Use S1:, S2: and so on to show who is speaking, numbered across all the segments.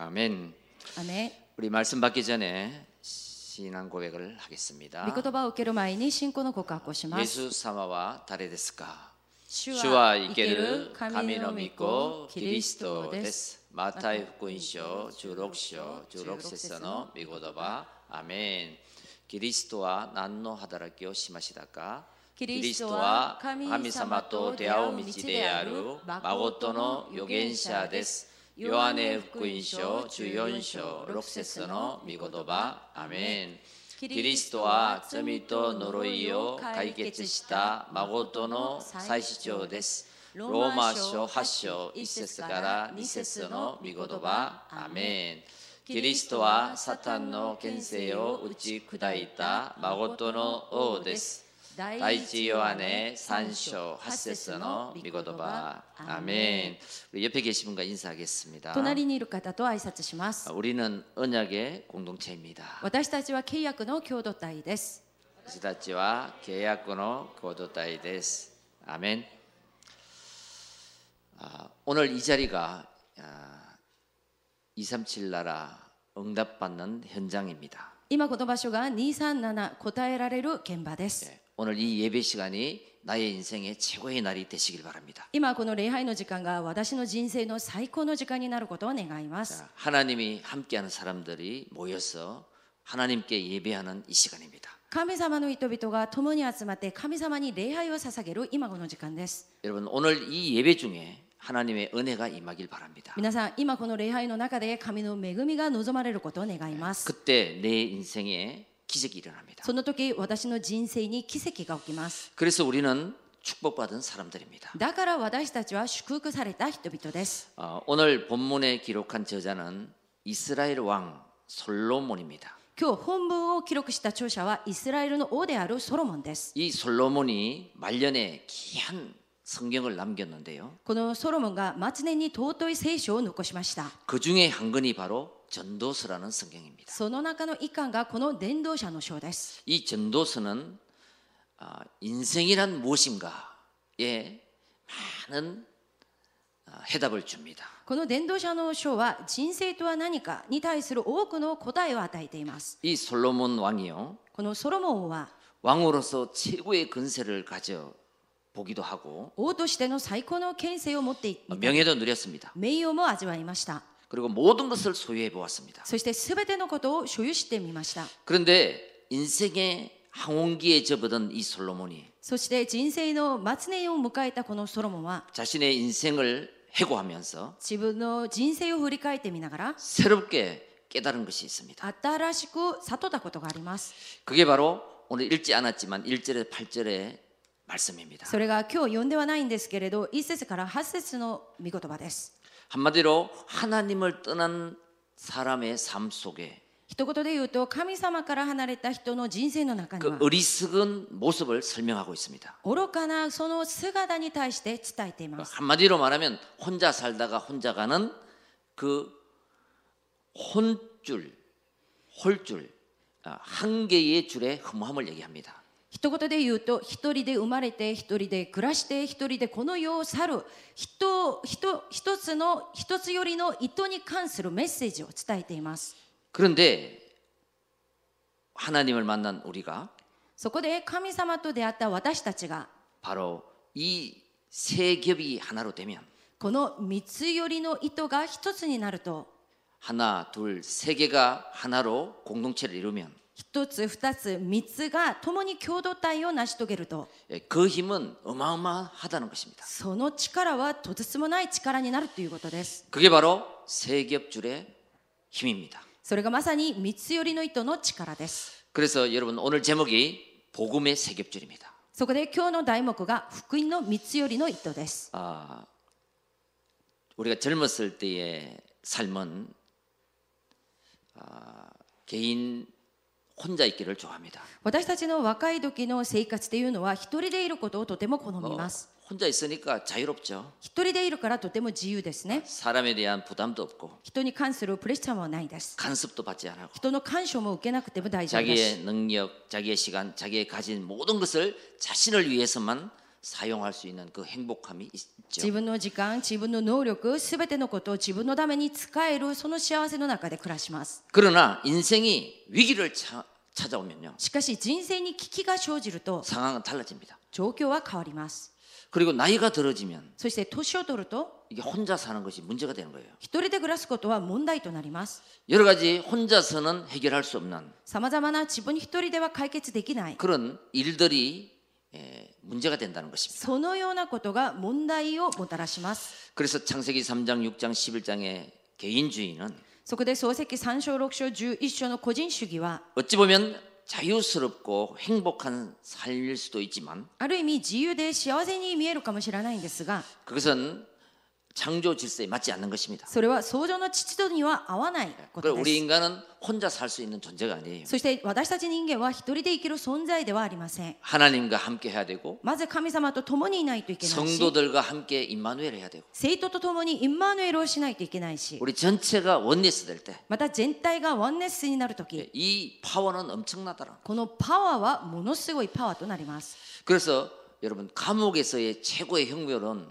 S1: 아멘.
S2: アメ
S1: 우리 말씀 받기 전에 신앙 고백을
S2: 御
S1: 하겠습니다.
S2: 言葉を受ける前に信仰の告白をします
S1: 예수 사마와 다레데스카.
S2: 主
S1: 주와 이케르
S2: 神
S1: 카미노
S2: の御
S1: 믿고
S2: 子キリス
S1: 그리스도
S2: トで
S1: 데스.
S2: す
S1: 마타이 후쿠인쇼 주록쇼 주록세서노 미고도바 아멘. 그리스도와 난노 하다라기오 시마시다까.
S2: キリスト
S1: 그리스도와
S2: は神様
S1: 하미사마
S2: と
S1: 또
S2: 出会う
S1: 대하오
S2: 道
S1: 미치
S2: である
S1: 대하루
S2: 誠
S1: 마고토
S2: の
S1: 노
S2: 預言者
S1: 요겐샤
S2: で
S1: 데스.
S2: す。ヨハネ
S1: 요한의
S2: 福音書
S1: 福音書
S2: 14
S1: 14章
S2: 章6節
S1: 6節
S2: の
S1: の
S2: 御
S1: 御
S2: 言
S1: 言
S2: 葉
S1: 葉
S2: ア
S1: ア
S2: メ
S1: メ
S2: ン
S1: ンキ
S2: キリ
S1: リ
S2: ス
S1: ス
S2: ト
S1: ト
S2: は
S1: は
S2: 罪
S1: 罪
S2: と
S1: と
S2: 呪
S1: 呪
S2: い
S1: い
S2: を
S1: を
S2: 解
S1: 解
S2: 決
S1: 決
S2: し
S1: したた
S2: 誠
S1: 誠
S2: の
S1: の
S2: 最
S1: 最
S2: 司
S1: 司
S2: 長
S1: 長
S2: で
S1: ですす。
S2: ロ
S1: ロ
S2: ー
S1: ー
S2: マ
S1: マ
S2: 書
S1: 書
S2: 8
S1: 8
S2: 章
S1: 章
S2: 1
S1: 1
S2: 節
S1: 節
S2: か
S1: からら
S2: 2
S1: 2
S2: 節
S1: 節
S2: の
S1: の御
S2: 御言
S1: 言
S2: 葉
S1: 葉
S2: ア
S1: ア
S2: メ
S1: メ
S2: ン
S1: ンキリストはサタンの権勢を打ち砕いた誠の王です第一ヨハネ3章8節の御言葉アメン우리 옆에 계신 분과 인사하겠습니다 아,
S2: 隣にいる方と挨拶します
S1: 우리는 언약의 공동체입니다
S2: 私たちは契約の共同体です
S1: 私たちは契約の共同体ですアメンあ 오늘 이 자리가 아, 237 나라 응답받는 현장입니다
S2: 今この場所が237答えられる現場です
S1: 예, 오늘 이 예배 시간이 나의 인생의 최고의 날이 되시길 바랍니다.
S2: 今この礼拝の時間が私の人生の最高の時間になることを願います
S1: 자, 하나님이 함께하는 사람들이 모여서 하나님께 예배하는 이 시간입니다.
S2: 神様の人々が共に集まって神様に礼拝を捧げる今この時間です
S1: 여러분 오늘 이 예배 중에 하나님의 은혜가 임하길 바랍니다.
S2: 皆さん今この礼拝の中で神の恵みが望まれることを願います
S1: 그때 내 인생에 기적이 일어납니다.
S2: その時私の人生に奇跡が起きます
S1: 그래서 우리는 축복받은 사람들입니다.
S2: だから私たちは祝福された人々です
S1: 어, 오늘 본문에 기록한 저자는 이스라엘 왕 솔로몬입니다.
S2: 今日本文を記録した著者はイスラエルの王であるソロモンです
S1: 이 솔로몬이 말년에 귀한 성경을 남겼는데요.
S2: このソロモンが末年に尊い聖書を残しました
S1: 그 중에 한 권이 바로 전도서라는 성경입니다.
S2: その中の一巻がこの伝道者の書です
S1: 이 전도서는 아, 인생이란 무엇인가에 많은 아, 해답을 줍니다.
S2: この伝道者の書は人生とは何かに対する多くの答えを与えています
S1: 이 솔로몬 왕이요
S2: このソロモンは
S1: 왕으로서 최고의 근세를 가져 보기도 하고
S2: 王としての最高の権勢を持ってい
S1: 어, 명예도 누렸습니다.
S2: 名誉も味わいました
S1: 그리고 모든 것을 소유해 보았습니다.
S2: そして全てのことを所有してみました
S1: 그런데 인생의 항원기에 접어든 이 솔로몬이
S2: そして人生の末年を迎えたこのソロモンは
S1: 자신의 인생을 해고하면서
S2: 自分の人生を振り返ってみながら
S1: 새롭게 깨달은 것이 있습니다.
S2: 新しく悟ったことがあります
S1: 그게 바로 오늘 읽지 않았지만 1절에 8절의 말씀입니다.
S2: それが今日読んではないんですけれど1節から8節の御言葉です
S1: 한마디로 하나님을 떠난 사람의 삶 속에
S2: 一言で言うと神様から離れた人の人生の中に
S1: 그
S2: は
S1: 어리석은 모습을 설명하고 있습니다.
S2: 愚かなその姿に対して伝えています
S1: 한마디로 말하면 혼자 살다가 혼자 가는 그 혼줄, 홀줄, 아, 한 개의 줄의 허무함을 얘기합니다.
S2: 一言で言うと一人で生まれて一人で暮らして一人でこの世を去る人人一つの一つよりの意図に関するメッセージを伝えています
S1: 그런데 하나님을 만난 우리가
S2: そこで神様と出会った私たちが
S1: 바로 이 세 겹이 하나로 되면
S2: この三つ寄りの意図が一つになると
S1: 하나, 둘, 세 개가 하나로 공동체를 이루면
S2: 一つ二つ三つが共に共同体を成し遂げると
S1: 예, 그 힘은 어마어마하다는 것입니다.
S2: その力はとてつもない力になるということです
S1: 그게 바로 세겹줄의 힘입니다.
S2: それがまさに三つ寄りの糸の力です
S1: 그래서 여러분 오늘 제목이 복음의 세겹줄입니다.
S2: そこで今日の題目が福音の三つ寄りの糸です
S1: 아, 우리가 젊었을 때의 삶은 아, 개인 혼자 있기를 좋아합니다.
S2: 私たちの若い時の生活というのは一人でいることをとても好み
S1: 어,
S2: ます、
S1: 혼자 있으니까 자유롭죠.
S2: 一人でいるからとても自由ですね
S1: 사람에 대한 부담도 없고
S2: 人に関するプレッシャーもないです
S1: 간섭도 받지 않고
S2: 人の干渉も受けなくても大丈夫です
S1: 자기의 능력, 자기의 시간, 자기의 가진 모든 것을 자신을 위해서만 사용할 수 있는 그 행복함이 있죠.
S2: 自分の時間、自分の能力、すべてのことを自分のために使える、その幸せの中で暮らします。
S1: 그러나 인생이 위기를 차- 찾아오면요.
S2: しかし、人生に危機が生じると、
S1: 상황은 달라집니다.
S2: 状況は変わります。
S1: 그리고 나이가 들어지면
S2: そして、年を取ると、
S1: 이게 혼자 사는 것이 문제가 되는 거예요.
S2: 一人で暮らすことは問題となります。
S1: 여러 가지 혼자서는 해결할 수 없는
S2: さまざまな自分一人では解決できない。
S1: 그런 일들이 예, 문제가 된다는 것입니다.
S2: そのようなことが問題をもたらします。
S1: 그래서 창세기 3장, 6장, 11장의 개인주의는
S2: そこで漱石3章6章11章の個人主義は
S1: 어찌 보면 자유스럽고 행복한 삶일 수도 있지만
S2: ある意味自由で幸せに見えるかもしれないんですが
S1: 그것은 창조 질서에 맞지 않는 것입니다.
S2: それは創造の秩序には合わないこ
S1: 그걸
S2: と
S1: 우리
S2: です
S1: 인간은 혼자 살 수 있는 존재가 아니에요.
S2: そして私たち人間は一人で生きる存在ではありません
S1: 하나님과 함께 해야 되고
S2: まず神様と共にいないといけないし
S1: 성도들과 함께 임마누엘 해야 되고
S2: 生徒と共にインマヌエルをしないといけないし
S1: 우리 전체가 원리스 될 때 이
S2: また全体がワンネスになるとき
S1: 파워는 엄청나더라.
S2: このパワーはものすごいパワーとなります
S1: 그래서 여러분 감옥에서의 최고의 혁명은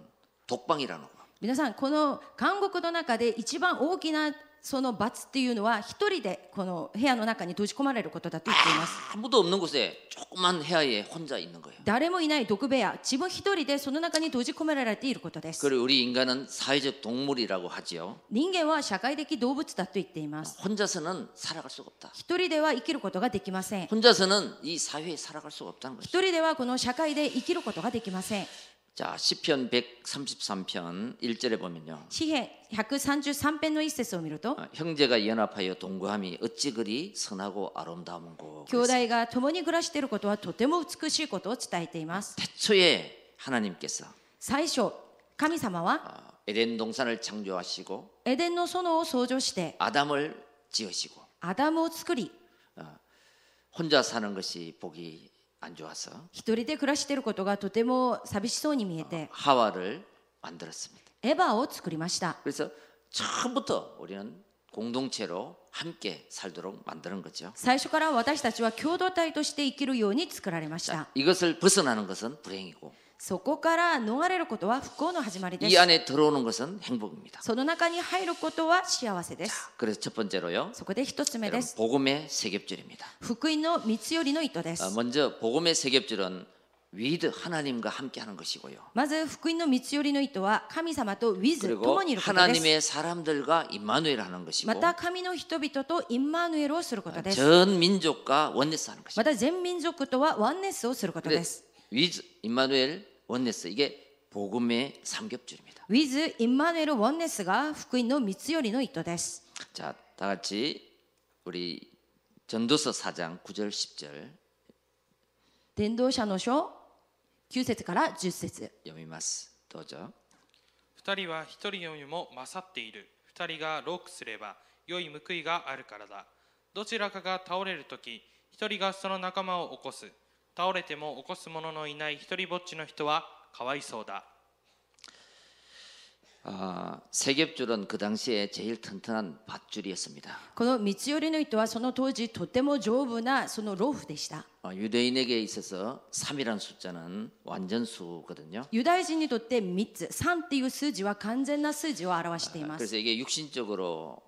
S1: 독방이라는 거.
S2: 皆さんこの韓国の中で一番大きなその罰っていうのは一人でこの部屋の中に閉じ込まれることだと言っています
S1: 아무도 없는 곳에 조그만 해야에 혼자 있는 거예요.
S2: 誰もいない毒部屋自分一人でその中に閉じ込められていることです
S1: 그리고 우리 인간은 사회적 동물이라고 하지요.
S2: 人間は社会的動物だと言っています
S1: 혼자서는 살아갈 수가 없다.
S2: 一人では生きることができません
S1: 혼자서는 이 사회에 살아갈 수가 없다는 거죠.
S2: 一人ではこの社会で生きることができません
S1: 자, 시편 133편 1절에 보면요.
S2: 詩篇133編の一節を見ると
S1: 어, 형제가 연합하여 동거함이 어찌 그리 선하고 아름다운고.
S2: 兄弟が共に暮らしていることはとても美しいことを伝えています
S1: 태초에 하나님께서
S2: 最初神様
S1: 어,
S2: は
S1: 에덴 동산을 창조하시고
S2: エデンの園を創造して
S1: 아담을 지으시고
S2: アダムを作り
S1: 혼자 사는 것이 보기 안 좋아서
S2: 一人で暮らしていることがとても寂しそうに見えて
S1: 하와를 만들었습니다.
S2: エヴァを作りました
S1: 그래서 처음부터 우리는 공동체로 함께 살도록 만드는 거죠.
S2: 最初から私たちは共同体として生きるように作られました
S1: 자, 이것을 벗어나는 것은 불행이고
S2: そこから逃れることは不幸の始まりで
S1: 이
S2: す
S1: 안에 들어오는 것은 행복입니다.
S2: その中に入ることは幸せです
S1: 그래서 첫 번째로요.
S2: そこで一つ目で
S1: 여러분,
S2: す
S1: 복음의 세겹줄입니다.
S2: 福音の三つよりの糸で
S1: 어,
S2: す
S1: 먼저 복음의 세겹줄은 위드 하나님과 함께하는 것이고요.
S2: まず福音の三つよりの糸は神様とウィズ
S1: 그리고
S2: 共にいることです
S1: 하나님의 사람들과 임마누엘 하는 것이고 어,
S2: また神の人々とインマヌエルをすることです
S1: 전 민족과 원내스 하는 것이고
S2: また全民族とはワンネスをすることです
S1: 위드 임마누엘 원내스 이게 복음의 삼겹줄입니다.
S2: ウィズ・インマヌエル・ワンネスが福音の三つよりの糸です。
S1: 자, 다 같이 우리 전도서 4장 9절 10절
S2: 伝道者の書9節から10節
S1: 読みます. 도저.
S3: 二人は一人よりも勝っている二人がロークすれば良い報いがあるからだどちらかが倒れる時一人がその仲間を起こす倒れても起こす者のいない一人ぼっちの人はかわいそうだ
S1: 아, 세겹줄은 그 당시에 제일 튼튼한 밧줄이었습니다.
S2: この三つよりの糸はその当時とても丈夫なそのローフでした。
S1: 어, 유대인에게 있어서 3이라는 숫자는 완전수거든요.
S2: ユダヤ人にとって3つ、3っていう数字は完全な数字を表しています。
S1: 그래서 이게 육신적으로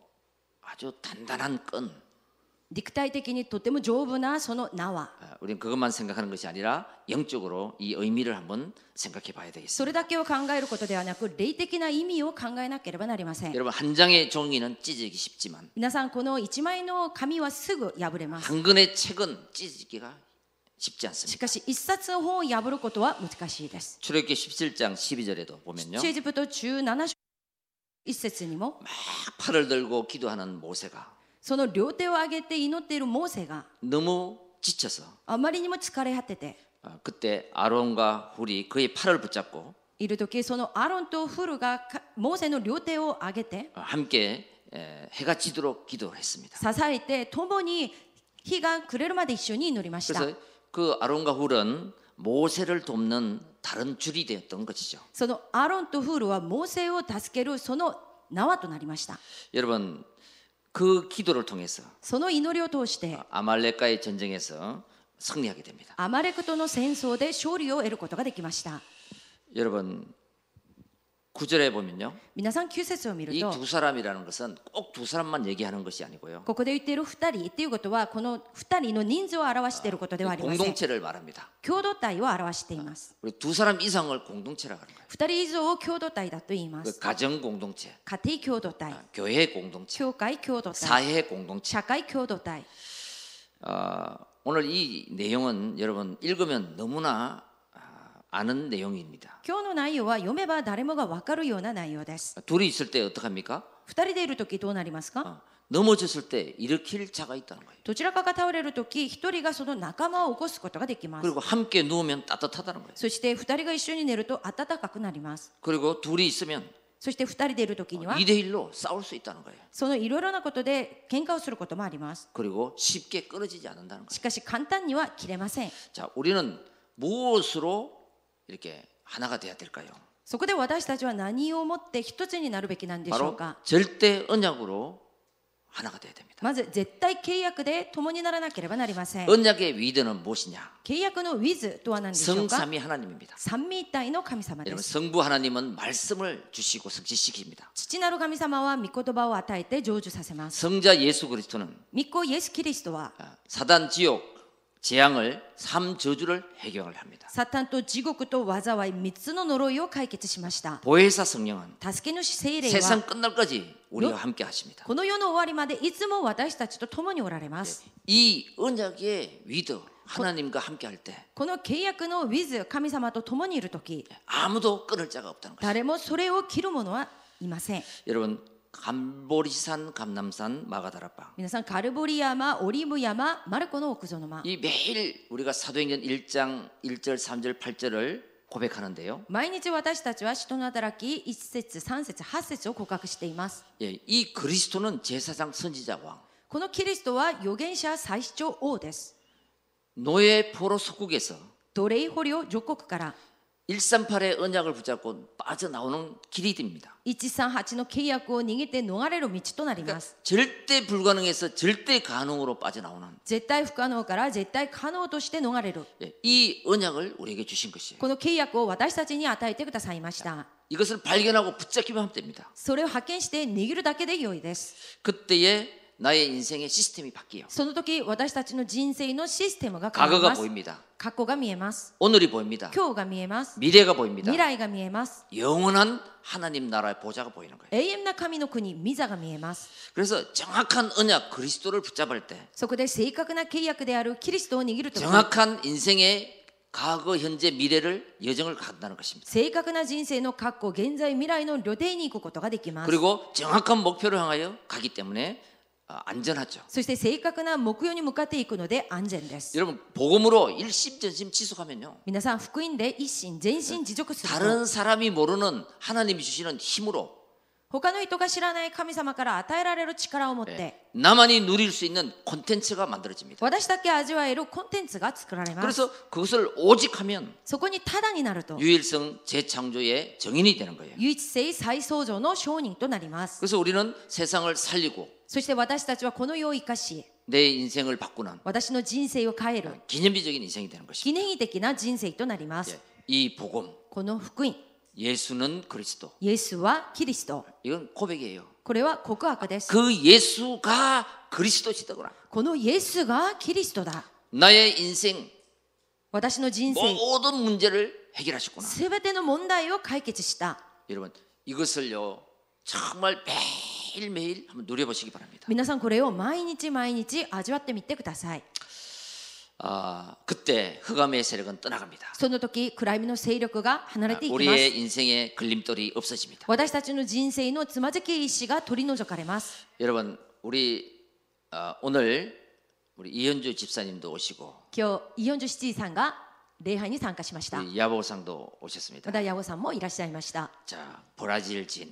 S1: 아주 단단한 끈.
S2: 肉体的にとても丈夫なその縄。
S1: 아, 우리는 그것만 생각하는 것이 아니라 영적으로 이 의미를 한번 생각해 봐야 되겠습니다.
S2: それだけを考えることではなく、霊的な意味を考えなければなりません。
S1: 여러분 한 장의 종이는 찢기 쉽지만
S2: 皆さん、この1枚の紙はすぐ破れます。
S1: 한 근의 책은 찢기가 쉽지
S2: し
S1: 않습니다.
S2: かし、一冊の本を破ることは難しいです。
S1: 출애굽기 17장 12절에도 보면요.
S2: 中ジプト17章一節にも
S1: 막 팔을 들고 기도하는 모세가
S2: その両手を上げて祈っているモーセが
S1: 너무 지쳐서
S2: あまりにも疲れ果てて
S1: 아, 그때 아론과 훌이 그의 팔을 붙잡고
S2: いる時そのアロンとフルがかモーセの両手を上げて
S1: 어, 함께 에, 해가 지도록 기도를 했습니다.
S2: 支えて共に火が暮れるまで一緒に祈りました
S1: 그래서 그 아론과 훌은 모세를 돕는 다른 줄이 되었던 것이죠.
S2: そのアロンとフルはモーセを助けるその縄となりました
S1: 여러분 그 기도를 통해서
S2: その祈りを通して
S1: 아말렉과의 전쟁에서 승리하게 됩니다.
S2: アマレクトの戦争で勝利を得ることができました
S1: 여러분 구절에 보면요.
S2: 皆さん9節を見る
S1: 이
S2: と
S1: 두 사람이라는 것은 꼭 두 사람만 얘기하는 것이 아니고요.
S2: ここで言っている2人っていうことはこの2人の人数を表していることではありません
S1: 공동체를 말합니다.
S2: 共同体を表しています
S1: 그리고 두 사람 이상을 공동체라고 하는 거예요.
S2: 2人以上を共同体だと言いま
S1: 그
S2: す
S1: 가정 공동체,
S2: 家庭共同体
S1: 교회 공동체,
S2: 教会共同体
S1: 사회 공동체.
S2: 社会共同体
S1: 어, 오늘 이 내용은 여러분 읽으면 너무나 아, 아는 내용입니다.
S2: 今日の内容は読めば誰もが分かるような内容です
S1: 둘이 있을 때 어떡합니까?
S2: 2人でいる時どうなりますか
S1: 어, 넘어졌을 때 일으킬 자가 있다는 거예요.
S2: どちらかが倒れる時1人がその仲間を起こすことができます
S1: 그리고 함께 누우면 따뜻하다는 거예요.
S2: そして2人が一緒に寝ると暖かくなります
S1: 그리고 둘이 있으면
S2: そして2人でいる時には
S1: 2대1로 싸울 수 있다는 거예요.
S2: そのいろいろなことで喧嘩をすることもあります
S1: 그리고 쉽게 끊어지지 않는다는 거예요.
S2: しかし簡単には切れません
S1: 자, 우리는 무엇으로 이렇게 하나가 돼야 될까요?
S2: そこで私たちは何をもって一つになるべきなんでしょう
S1: 바로
S2: か
S1: 절대 언약으로 하나가 돼야 됩니다.
S2: まず絶対契約で共にならなければなりません
S1: 언약의 위드는 무엇이냐?
S2: 契約の with とは何でしょうか
S1: 성삼위 하나님입니다.
S2: 三位一体の神様で
S1: 여러분
S2: す
S1: 성부 하나님은 말씀을 주시고 성취시킵니다.
S2: 父なる神様は御言葉を与えて成就させます
S1: 성자 예수 그리스도는
S2: 御子イエス・キリストは
S1: 아, 사단 지옥 재앙을 삼 저주를 해결을 합니다.
S2: サタンと地獄と災い三つの呪いを解決しました
S1: 보혜사 성령은
S2: 助け主聖霊は
S1: 세상 끝날까지 우리와 함께 하십니다.
S2: この世の終わりまでいつも私たちと共におられます
S1: 이 언약의 위드 하나님과 함께 할 때
S2: この契約の with 神様と共にいる時
S1: 아무도 끊을 자가 없다는 거죠.
S2: 誰もそれを切る者はいません
S1: 여러분 감보리산, 감남산, 마가다라빵
S2: 皆さんカルボリ山オリーブ山マルコの奥園の間
S1: 이 매일 우리가 사도행전 1장 1절, 3절, 8절을 고백하는데요.
S2: 毎日私たちは使徒の働き1節3節8節を告白しています
S1: 예, 이 그리스도는 제사장 선지자 왕,
S2: このキリストは預言者最長王です
S1: 노예 포로 속국에서
S2: 奴隷捕虜女国から
S1: 138의 언약을 붙잡고 빠져나오는 길이 됩니다.
S2: 138の契約を握って逃れる道となりま
S1: 그러니까
S2: す
S1: 절대 불가능에서 절대 가능으로 빠져나오는
S2: 絶対不可能から絶対可能として逃れる
S1: 예, 이 언약을 우리에게 주신 것이에요.
S2: この契約を私たちに与えてくださいました
S1: 이것을 발견하고 붙잡기만 하면 됩니다.
S2: それを発見して握るだけで良いです
S1: 그때에 나의 인생의 시스템이 바뀌어요.
S2: その時私たちの人生のシステムが変わり
S1: 과거가
S2: ます
S1: 보입니다.
S2: 過去が見えます
S1: 오늘이 보입니다.
S2: 今日が見えます
S1: 미래가 보입니다.
S2: 未来が見えます
S1: 영원한 하나님 나라의 보좌가 보이는 거예요.
S2: 永遠な神の国ミザが見えます
S1: 그래서 정확한 언약 그리스도를 붙잡을 때
S2: そこで正確な契約であるキリストを握ると
S1: 정확한 인생의 과거, 현재, 미래를 여정을 간다는 것입니다.
S2: 正確な人生の過去現在未来の旅程に行くことができます
S1: 그리고 정확한 목표를 향하여 가기 때문에 아, 안전하죠.
S2: そして正確な目標に向かっていくので安全です
S1: 여러분 복음으로 일심전심 지속하면요.
S2: 皆さん福音で一心全身持続すると
S1: 다른 사람이 모르는 하나님이 주시는 힘으로
S2: 他の人が知らない神様から与えられる力を持って
S1: 예, 네. 나만이 누릴 수 있는 콘텐츠가 만들어집니다.
S2: 私だけ味わえるコンテンツが作られます
S1: 그래서 그것을 오직 하면
S2: そこにタダになると
S1: 유일성 재창조의 정인이 되는 거예요.
S2: 唯一性再創造の商人となります
S1: 그래서 우리는 세상을 살리고
S2: そして私たちはこの世を生かし
S1: 내 인생을 바꾸는
S2: 私の人生を変える
S1: 기념비적인 인생이 되는
S2: 記
S1: 것입니다.
S2: 念碑的な人生となります、
S1: 예, 이 복음
S2: この福音
S1: 예수는 그리스도
S2: イエスはキリスト
S1: 이건 고백이에요.
S2: これは告白です
S1: 그 예수가 그리스도시더구나.
S2: このイエスがキリストだ
S1: 나의 인생
S2: 私の人生
S1: 모든 문제를 해결하셨구나.
S2: すべての問題を解決した
S1: 여러분 이것을요 정말 매일매일 한번 누려보시기 바랍니다.
S2: 皆さんこれを毎日毎日味わってみてください
S1: 아 그때 흑암의 세력은 떠나갑니다.
S2: その時暗闇の勢力が離れていきます
S1: 우리의 인생의 걸림돌이 없어집니다.
S2: 私たちの人生のつまずき石が取り除かれます
S1: 여러분 우리 아, 오늘 우리 이현주 집사님도 오시고
S2: 今日イオン女子知事さんが礼拝に参加しました
S1: 우리 야보상도 오셨습니다.
S2: また矢後さんもいらっしゃいました
S1: 자 브라질진,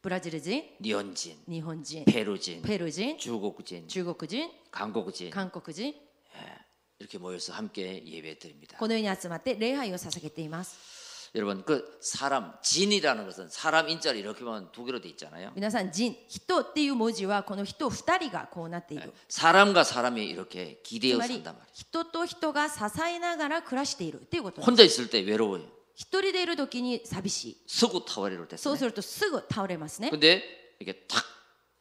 S2: ブラジル人
S1: 니온진,
S2: 日本人
S1: 네. 페루진,
S2: ペルー人
S1: 중국진,
S2: 中国人
S1: 한국진
S2: 韓国人
S1: 이렇게 모여서 함께 예배드립니다.
S2: このように集まって礼拝を捧げています
S1: 여러분 그 사람 진이라는 것은 사람 인자를 이렇게 보면 두 개로 돼 있잖아요.
S2: 皆さん人人っていう文字はこの人2人がこうなっている
S1: 사람과 사람이 이렇게
S2: つ
S1: 기대어
S2: まり
S1: 산단 말이에요.
S2: 人と人が支えながら暮らしているっていうことなんです
S1: 혼자 있을 때 외로워요.
S2: 一人でいる時に寂しい
S1: 서구 타워리로
S2: そう
S1: 됐어요.
S2: するとすぐ倒れますね
S1: 근데 이게 딱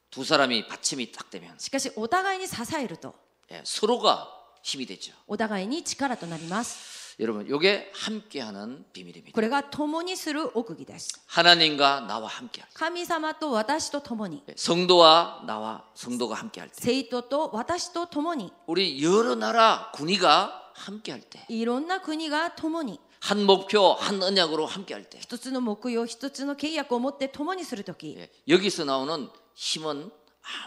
S1: 두 사람이 받침이 딱 되면
S2: しかしお互いに支えると
S1: 예, 서로가 힘이 되죠.
S2: お互いに力となります
S1: 여러분, 이게 함께하는 비밀입니다.
S2: これが共にする奥義です
S1: 하나님과 나와 함께할 때,
S2: 神様と私と共に
S1: 예, 성도와 나와 성도가 함께할 때,
S2: 生徒と私と共に
S1: 우리 여러 나라 군의가 함께할 때,
S2: いろんな国が共に
S1: 한 목표, 한 언약으로 함께할 때,
S2: 一つの目標一つの契約を持って共にする時
S1: 예, 여기서 나오는 힘은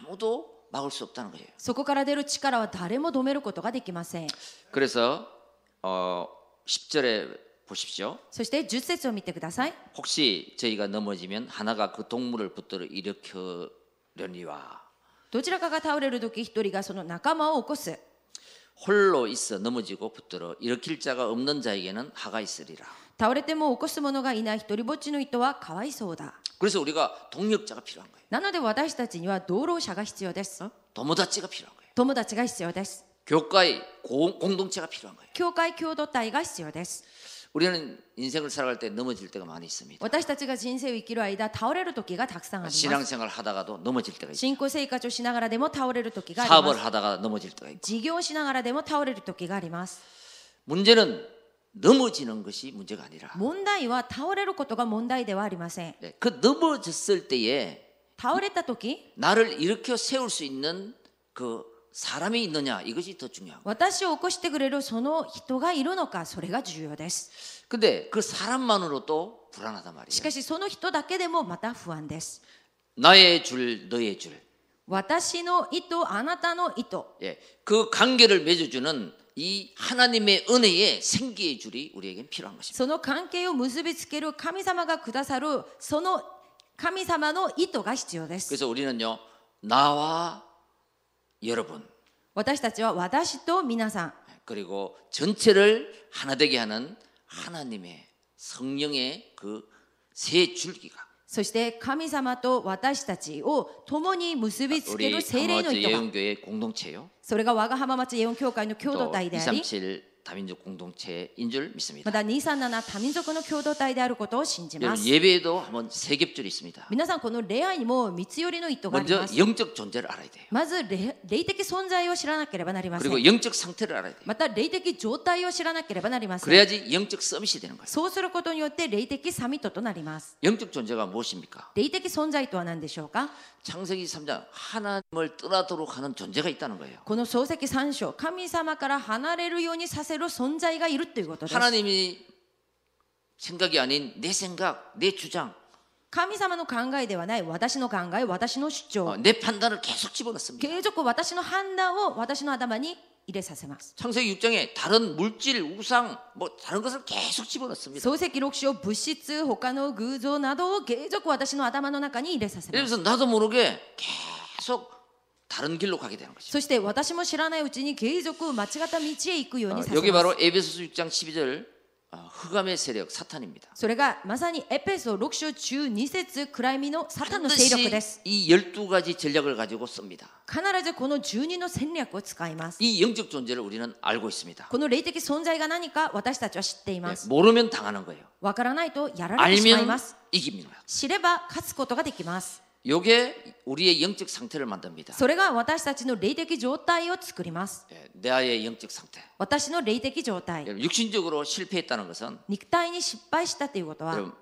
S1: 아무도 막을 수 없다는 거예요.
S2: そこから出る力は誰も止めることができません
S1: 그래서 어, 10절에 보십시오.
S2: そして10節を見てください
S1: 혹시 저희가 넘어지면 하나가 그 동물을 붙들어 일으켜려니와
S2: どちらかが倒れる時一人がその仲間を起こす
S1: 홀로 있어 넘어지고 붙들어 일으킬 자가 없는 자에게는 하가 있으리라.
S2: 倒れても起こす者がいない一人ぼっちの人はかわいそうだ
S1: 그래서 우리가 동력자가 필요한 거예요.
S2: なので私たちには道路者が必要です。
S1: 도모다치가 필요한 거예요.
S2: 友達が必要です。
S1: 교과의 고- 공동체가 필요한 거예요.
S2: 教会共同体が必要です。
S1: 우리는 인생을 살아갈 때 넘어질 때가 많이 있습니다.
S2: 私たちが人生を生きる間、倒れる時がたくさんあります。
S1: 신앙생활 하다가도 넘어질 때가 있어요.
S2: 信仰生活をしながらでも倒れる時がありま
S1: 사업을
S2: す。
S1: 하다가 넘어질 때가 있고
S2: 事業をしながらでも倒れる時があります。
S1: 문제는 넘어지는 것이 문제가 아니라
S2: 問題は倒れることが問題ではありません。
S1: 네, 그 넘어졌을 때에
S2: 倒れた時、
S1: 나를 일으켜 세울 수 있는 그 사람이 있느냐 이것이 더 중요하고
S2: 私を起こしてくれるその人がいるのか、それが重要です。
S1: 근데 그 사람만으로도 불안하단
S2: し
S1: 말이에요
S2: かしその人だけでもまた不安です。
S1: 나의 줄 너의 줄
S2: 私の意図、あなたの意図。
S1: 예, 그 관계를 맺어주는 이 하나님의 은혜의 생기의 줄이 우리에겐 필요한 것입니다
S2: その関係を結びつける神様がくださるその神様の意図が必要です。
S1: 그래서 우리는요 나와 여러분
S2: 私たちは私と皆さん、
S1: 그리고 전체를 하나 되게 하는 하나님의 성령의 그 세 줄기가
S2: そして神様と私たちを共に結びつけ
S1: 우리
S2: る精霊の
S1: 하마즈
S2: 意図が、
S1: 예언교회 공동체예요
S2: それが我が浜松イオン教会の共同体であり、
S1: 237 다민족 공동체인 줄뭐 믿습니다.
S2: まだ237多民族の共同体であることを信じま
S1: 여러분
S2: す。
S1: 예배에도 한번 세 겹줄이 있습니다.
S2: 皆さん、この恋愛にも三つ寄りの意図があり
S1: 먼저
S2: ます。
S1: 영적 존재를 알아야 돼요.
S2: まず霊霊的存在を知らなければなりません
S1: 그리고 。 영적 상태를 알아야 돼요.
S2: また霊的状態を知らなければなりません。
S1: 그래야지 영적 서밋이 되는 거예요.
S2: そうすることによって霊的サミットとなります。
S1: 영적 존재가 무엇입니까?
S2: 霊的存在とは何でしょうか
S1: 창세기 3장 하나님을 떠나도록 하는 존재가 있다는 거예요.
S2: この創世記3章、神様から離れるようにさせる存在がいるということです。
S1: 하나님이 생각이 아닌 내 생각, 내 주장,
S2: 神様の考えではない私の考え、私の主張、
S1: 어, 내 판단을 계속 집어넣습니다.
S2: 継続私の判断を私の頭に入れさせます。
S1: 창세기 6장에 다른 물질, 우상, 뭐 다른 것을 계속 집어넣습니다.
S2: 創世記6章、物質、他の偶像などを継続私の頭の中に入れさせます。
S1: 이러면서 나도 모르게 계속 다른 길로 가게 되는 거죠.
S2: そして私も知らないうちに継続間違った道へ行くよう
S1: 어,
S2: にさせ
S1: 여기
S2: ます。
S1: 바로 에베소서 6장 12절 어, 흑암의 세력 사탄입니다.
S2: それがまさにエペソ6章中2節暗闇のサタンの勢
S1: 반드시
S2: 力です。
S1: 이 12가지 전략을 가지고 씁니다.
S2: 必ずこの十二の戦略を使います。
S1: 이 영적 존재를 우리는 알고 있습니다.
S2: この霊的存在が何か私たちは知っていま
S1: 예,
S2: す。
S1: 모르면 당하는 거예요.
S2: わからないとや
S1: 그러니까
S2: られてしまいま
S1: 알면
S2: す。
S1: 이깁니다.
S2: 知れば勝つことができます。
S1: 요게 우리의 영적 상태를 만듭니다.
S2: それが私たちの霊的状態を作ります。
S1: 예, 내 아의 영적 상태.
S2: 私の霊的状態、
S1: 여러분, 육신적으로 실패했다는 것은
S2: 肉体に失敗したということは、
S1: 여러분,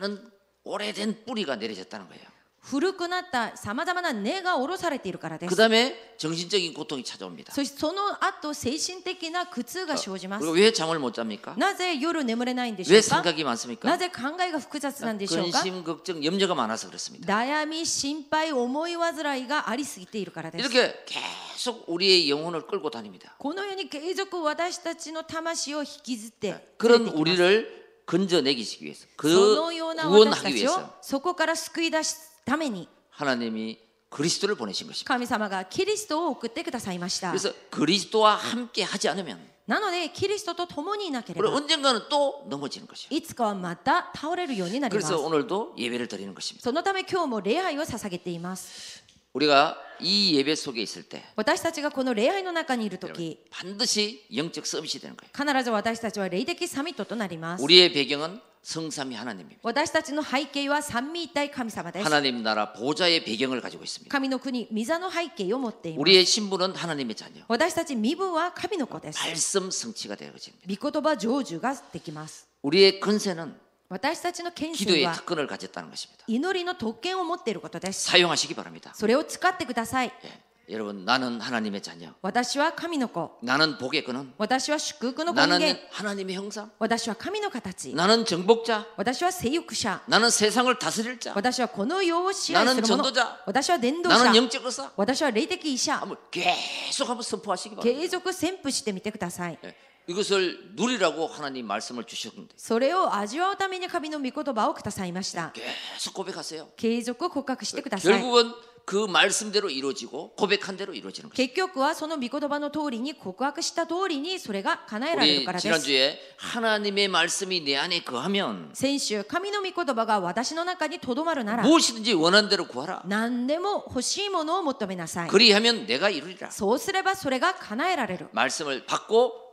S1: 많은 오래된 뿌리가 내려졌다는 거예요.
S2: 古くなったさまざまな根が下ろされているからで
S1: 그
S2: す。
S1: 다음에 정신적인 고통이 찾아옵니다.
S2: そしてその後、精神的な苦痛が生じます
S1: 그리고 。왜 잠을 못 잡니까?
S2: なぜ夜眠れないんでしょ
S1: 왜
S2: うか
S1: 생각이 많습니까?
S2: なぜ考えが複雑なんでしょうか
S1: 근심, 걱정, 염려가 많아서 그렇습니다.
S2: 悩み、心配、思い煩いがありすぎているからです。
S1: 이렇게 계속 우리의 영혼을 끌고 다닙니다.
S2: このように継続私たちの魂を引きずって、
S1: 그런 우리를 건져내기 위해서,
S2: そ
S1: 그
S2: のような私た
S1: 구원하기
S2: ちを
S1: 위해서
S2: そこから救い出すために
S1: 하나님이 그리스도를 보내신 것입니다.
S2: 아. 神様がキリストを送ってくださいました。
S1: 그래서 그리스도와 함께 하지 않으면
S2: なのでキリストと共にいなけれ
S1: 우리
S2: ば
S1: 언젠가는 또 넘어지는 것이요.
S2: いつかはまた倒れるようになります
S1: 그래서 오늘도 예배를 드리는 것입니다.
S2: そのため今日も礼拝を捧げています
S1: 우리가 이 예배 속에 있을 때
S2: 私たちがこの礼拝の中にいる
S1: 여러분,
S2: 時
S1: 반드시 영적 서밋이 되는 거예요.
S2: 必ず私たちは霊的サミットとなります
S1: 우리의 배경은 성삼위 하나님입니다.
S2: 私たちの背景は三位一体神様です
S1: 하나님 나라 보좌의 배경을 가지고 있습니다.
S2: 神の国御座の背景を持っています
S1: 우리의 신분은 하나님의 자녀.
S2: 私たち身分は神の子です
S1: 말씀 성취가 되어집니다.
S2: 御言葉成就ができます
S1: 우리의 근세는
S2: 私たちの献身
S1: 기도의
S2: は
S1: 특권을 가졌다는 것입니다.
S2: 祈りの特権を持っていることです
S1: 사용하시기 바랍니다.
S2: それを使ってください
S1: 예. 여러분 나는 하나님의 자녀.
S2: 私は神の子
S1: 나는 복의 근원.
S2: 私は祝福の根源
S1: 나는 하나님의 형상.
S2: 私は神の形
S1: 나는 정복자.
S2: 私は性欲者
S1: 나는 세상을 다스릴 자.
S2: 私はこの世を支配する
S1: 나는전도 어, 자
S2: 者私は伝道者
S1: 나는 영적 의사.
S2: 私は霊的医者
S1: 한번 계속 한번 선포하시기 바랍니다.
S2: 継続宣布してみてください
S1: 예. 이것을 누리라고 하나님 말씀을 주셨는데
S2: それを味わうために神の御言葉をくださいました
S1: 계속 고백하세요.
S2: 継続告白してください
S1: 결국은 그 말씀대로 이루어지고 고백한 대로 이루어지는 거예요.
S2: 結局はその御言葉の通りに告白した通りにそれが叶えられ
S1: 우리
S2: るからです
S1: 지난주에 하나님의 말씀이 내 안에 거하면
S2: 先週神の御言葉が私の中にとどまるなら
S1: 무엇이든지 원하는 대로 구하라.
S2: 何でも欲しいものを求めなさい
S1: 그리하면 내가 이루리라.
S2: そうすればそれが叶えられる
S1: 말씀을 받고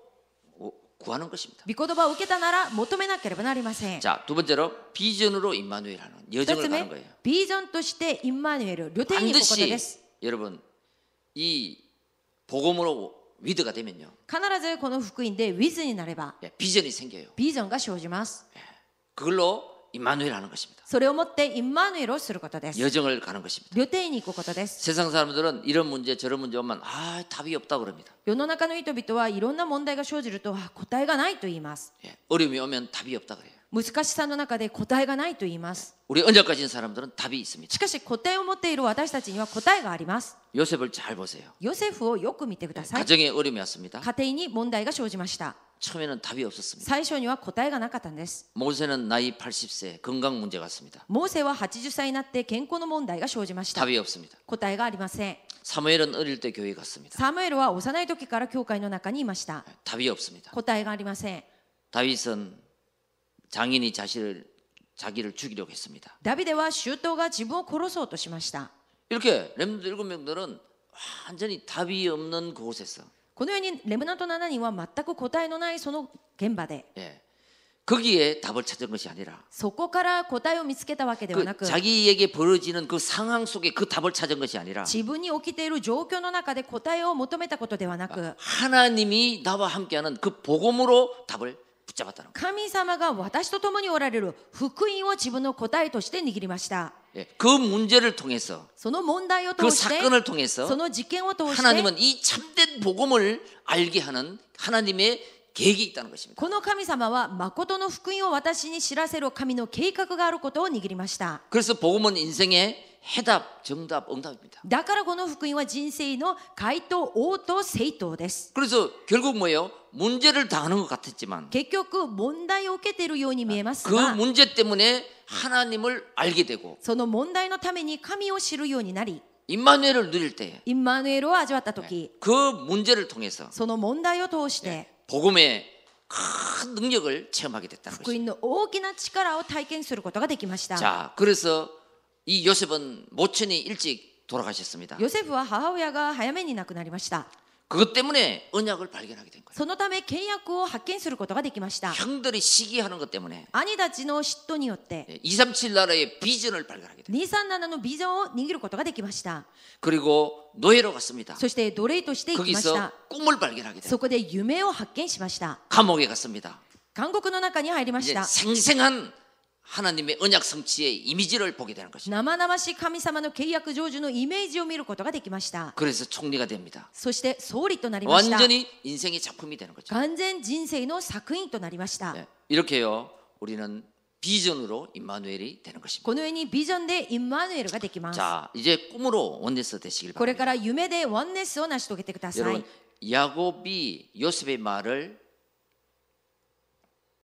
S1: 구하는 것입니다.
S2: 御言葉を受けたなら求めなければなりません
S1: 자, 두 번째로 비전으로 임마누엘 하는
S2: 一
S1: 여정을
S2: つ
S1: 가는
S2: 目
S1: 거예요.
S2: ビージョンとしてインマヌエル旅店に行くことで
S1: 반드시
S2: す
S1: 여러분 이 복음으로 위드가 되면요.
S2: 必ずこの福音でウィズになれば
S1: 예, 비전이 생겨요.
S2: ビージョンが生じます
S1: 그걸로 임마누엘 하는 것입니다.
S2: それをもってインマヌエルをすることです
S1: 여정을 가는 것입니다.
S2: 旅店に行くことです
S1: 세상 사람들은 이런 문제 저런 문제 오면 아 답이 없다 그럽니다.
S2: 世の中の人々はいろんな問題が生じるとあ答えがないと言います
S1: 예, 어려움이 오면 답이 없다 그래요.
S2: 難しさの中で答えがないと言います
S1: 우리 언약 가진 사람들은 답이 있습니다.
S2: しかし答えを持っている私たちには答えがあります
S1: 요셉을 잘 보세요.
S2: ヨセフをよく見てください
S1: 가정에 어려움이 왔습니다.
S2: 家庭に問題が生じました
S1: 처음에는 답이 없었습니다.
S2: 最初には答えがなかったんです
S1: 모세는 나이 80세 건강 문제 같습니다.
S2: モーセは80歳になって健康の問題が生じました
S1: 답이 없습니다.
S2: 答えがありません
S1: 사무엘은 어릴 때 교회 갔습니다.
S2: サムエルは幼い時から教会の中にいました
S1: 답이 없습니다.
S2: 答えがありません
S1: 다윗은 장인이 자신을 자기를 죽이려고 했습니다.
S2: ダビデは周到が自分を殺そうとしました
S1: 이렇게 렘드 일곱 명들은 완전히 답이 없는 곳에서
S2: このようにレムナント7人は全く答えのないその現場で
S1: 예. 거기에 답을 찾은 것이 아니라
S2: そこから答えを見つけたわけではな
S1: 그
S2: く
S1: 자기에게 벌어지는 그 상황 속에 그 답을 찾은 것이 아니라
S2: 自分に起きている状況の中で答えを求めたことではなく
S1: 하나님이 나와 함께하는 그 복음으로 답을 붙잡았다는 거예요.
S2: 神様が私と共におられる福音を自分の答えとして握りました
S1: 예. 그 문제를 통해서
S2: その問題を通
S1: 그
S2: して
S1: 사건을
S2: そ
S1: 통해서
S2: の事件を通して
S1: 하나님은 이 참된 복음을 알게 하는 하나님의 계획이 있다는 것입니다.
S2: この神様は誠の福音を私に知らせる神の計画があることを握りました
S1: 그래서 복음은 인생의 해답, 정답, 응답입니다.
S2: だからこの福音は人生の回答応答正答です
S1: 그래서 결국 뭐예요? 문제를 당하는 것 같았지만
S2: 結局問題を受けているように見えます
S1: 그
S2: が
S1: 문제 때문에 하나님을 알게 되고
S2: その問題のために神を知るようになり
S1: 임마누엘을 누릴 때
S2: インマヌエルを味わった時
S1: 그 문제를 통해서
S2: その問題を通して
S1: 복음의 큰 능력을 체험하게 됐다는
S2: 福
S1: 것입니다.
S2: 音の大きな力を体験することができました
S1: 자, 그래서 이 요셉은 모천이 일찍 돌아가셨습니다.
S2: ヨセフは母親が早めに亡くなりました
S1: 그것 때문에 언약을 발견하게 된 거예요.
S2: そのため契約を発見することができました
S1: 형들이 시기하는 것 때문에
S2: 兄たちの嫉妬によって
S1: 예, 237 나라의 비전을 발견하게 돼요.
S2: 237のビジョンを握ることができました
S1: 그리고 노예로 갔습니다.
S2: そして奴隷として行きまし
S1: 거기서
S2: た
S1: 꿈을 발견하게 돼요.
S2: そこで夢を発見しました
S1: 감옥에 갔습니다.
S2: 監獄の中に入りまし
S1: 이제
S2: た
S1: 생생한 하나님의 언약 성취의 이미지를 보게 되는 것입니다.
S2: 生々しい神様の契約成就のイメージを見ることができました
S1: 그래서 총리가 됩니다.
S2: そして総理となりました
S1: 완전히 인생의 작품이 되는 거죠.
S2: 完全人生の作品となりました、
S1: 예, 이렇게요. 우리는 비전으로 임마누엘이 되는 것입니다.
S2: このようにビジョンでインマヌエルができます。
S1: 자, 이제 꿈으로 원내서 되시길
S2: これか
S1: 바랍니다.
S2: ら夢でワンネスを成し遂げてください
S1: 여러분, 。 야곱이 요셉의 말을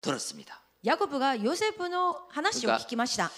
S1: 들었습니다.
S2: ヤコブがヨセフの話を聞きました。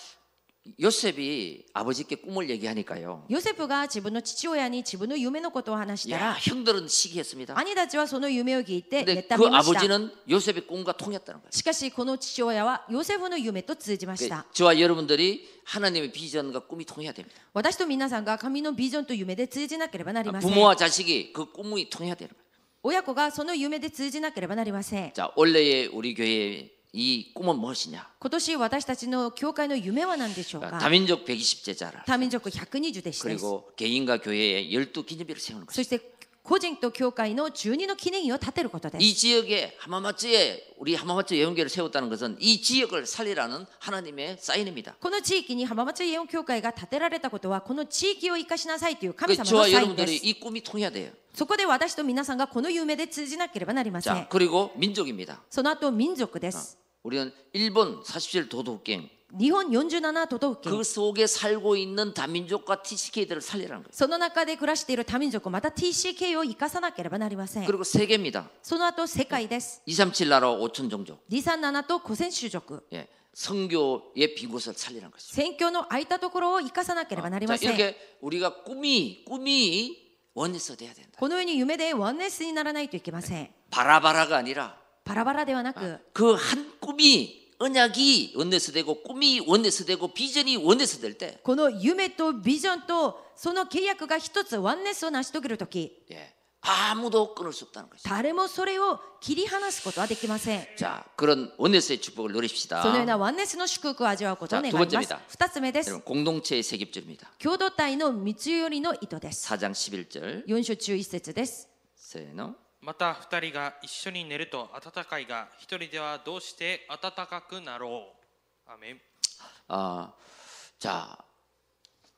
S1: 요셉이 아버지께 꿈을 얘기하니까요.
S2: ヨセフが自分の父親に自分の夢のことを話したら
S1: 야, 형들은 시기했습니다.
S2: 兄たちはその夢を聞いて
S1: 근데
S2: 寝た
S1: 그
S2: めました
S1: 아버지는 요셉의 꿈과 통했다는 거예요.
S2: しかしこの父親はヨセフの夢と通じました
S1: 그러니까 저와 여러분들이 하나님의 비전과 꿈이 통해야 됩니다.
S2: 私と皆さんが神のビジョンと夢で通じなければなりません
S1: 부모와 자식이 그 꿈이 통해야 되는 거예요.
S2: 親子がその夢で通じなければなりません
S1: 자, 원래의 우리 교회의 이 꿈은 무엇이냐?
S2: 今年私たちの教会の夢は何でしょう
S1: 그러니까
S2: か
S1: 다민족 120제자를
S2: 多民族120弟子です
S1: 그리고 개인과 교회의 12 기념비를 세우는 거죠.
S2: そして個人と教会の12の記念碑を建てることです
S1: 이 지역에 하마마츠에 우리 하마마츠 예언교를 세웠다는 것은 이 지역을 살리라는 하나님의 사인입니다.
S2: この地域に浜松イオン教会が建てられたことはこの地域を生かしなさいという神
S1: 그
S2: 様の
S1: 저와
S2: サインで
S1: 여러분들이
S2: す
S1: 이 꿈이 통해야 돼요.
S2: そこで私と皆さんがこの夢で通じなければなりません
S1: 자, 그리고 민족입니다.
S2: その後民族です
S1: 우리는 일본 47 도도국경
S2: 日本47都道府県
S1: 그 속에 살고 있는 다민족과 TCK들을 살리라는 거예요.
S2: その中で暮らしている多民族また TCK を生かさなければなりません
S1: 그리고 세계입니다.
S2: その後世界です
S1: 237 나라 5천 종족.
S2: 237と古戦種族
S1: 예. 성교의 빈곳을 살리라는 것이죠. 아,
S2: 選挙の空いたところを生かさなければなり
S1: 자,
S2: ません
S1: 이렇게 우리가 꿈이 꿈이 원에서 돼야 된다.
S2: このように夢でワンネスにならないといけません
S1: 바라바라가 아니라
S2: バラバラではなく
S1: 그 한 꿈이 언약이 원에서 되고 꿈이 원에서 되고 비전이 원에서 될 때
S2: この夢とビジョンとその契約が一つワンネスを成し遂げるとき
S1: 예. 아무도 끊을 수 없다는 것이죠.
S2: 誰もそれを切り離すことはできません
S1: 자, 그런 원에서의 축복을
S2: そのよう
S1: 누립시다.
S2: なワンネスの祝福を味わうことを願い
S1: 자
S2: ま
S1: 두번째입니
S2: す
S1: 다
S2: 二つ目です
S1: 여러분 공동체의 세깁절입니다.
S2: 共同体の三つ寄りの糸です
S1: 4장 11절.
S2: 4章中一節です
S1: 세노.
S3: また二人が一緒に寝ると暖かいが一人ではどうして暖かくなろうアーメン
S1: 아, 자,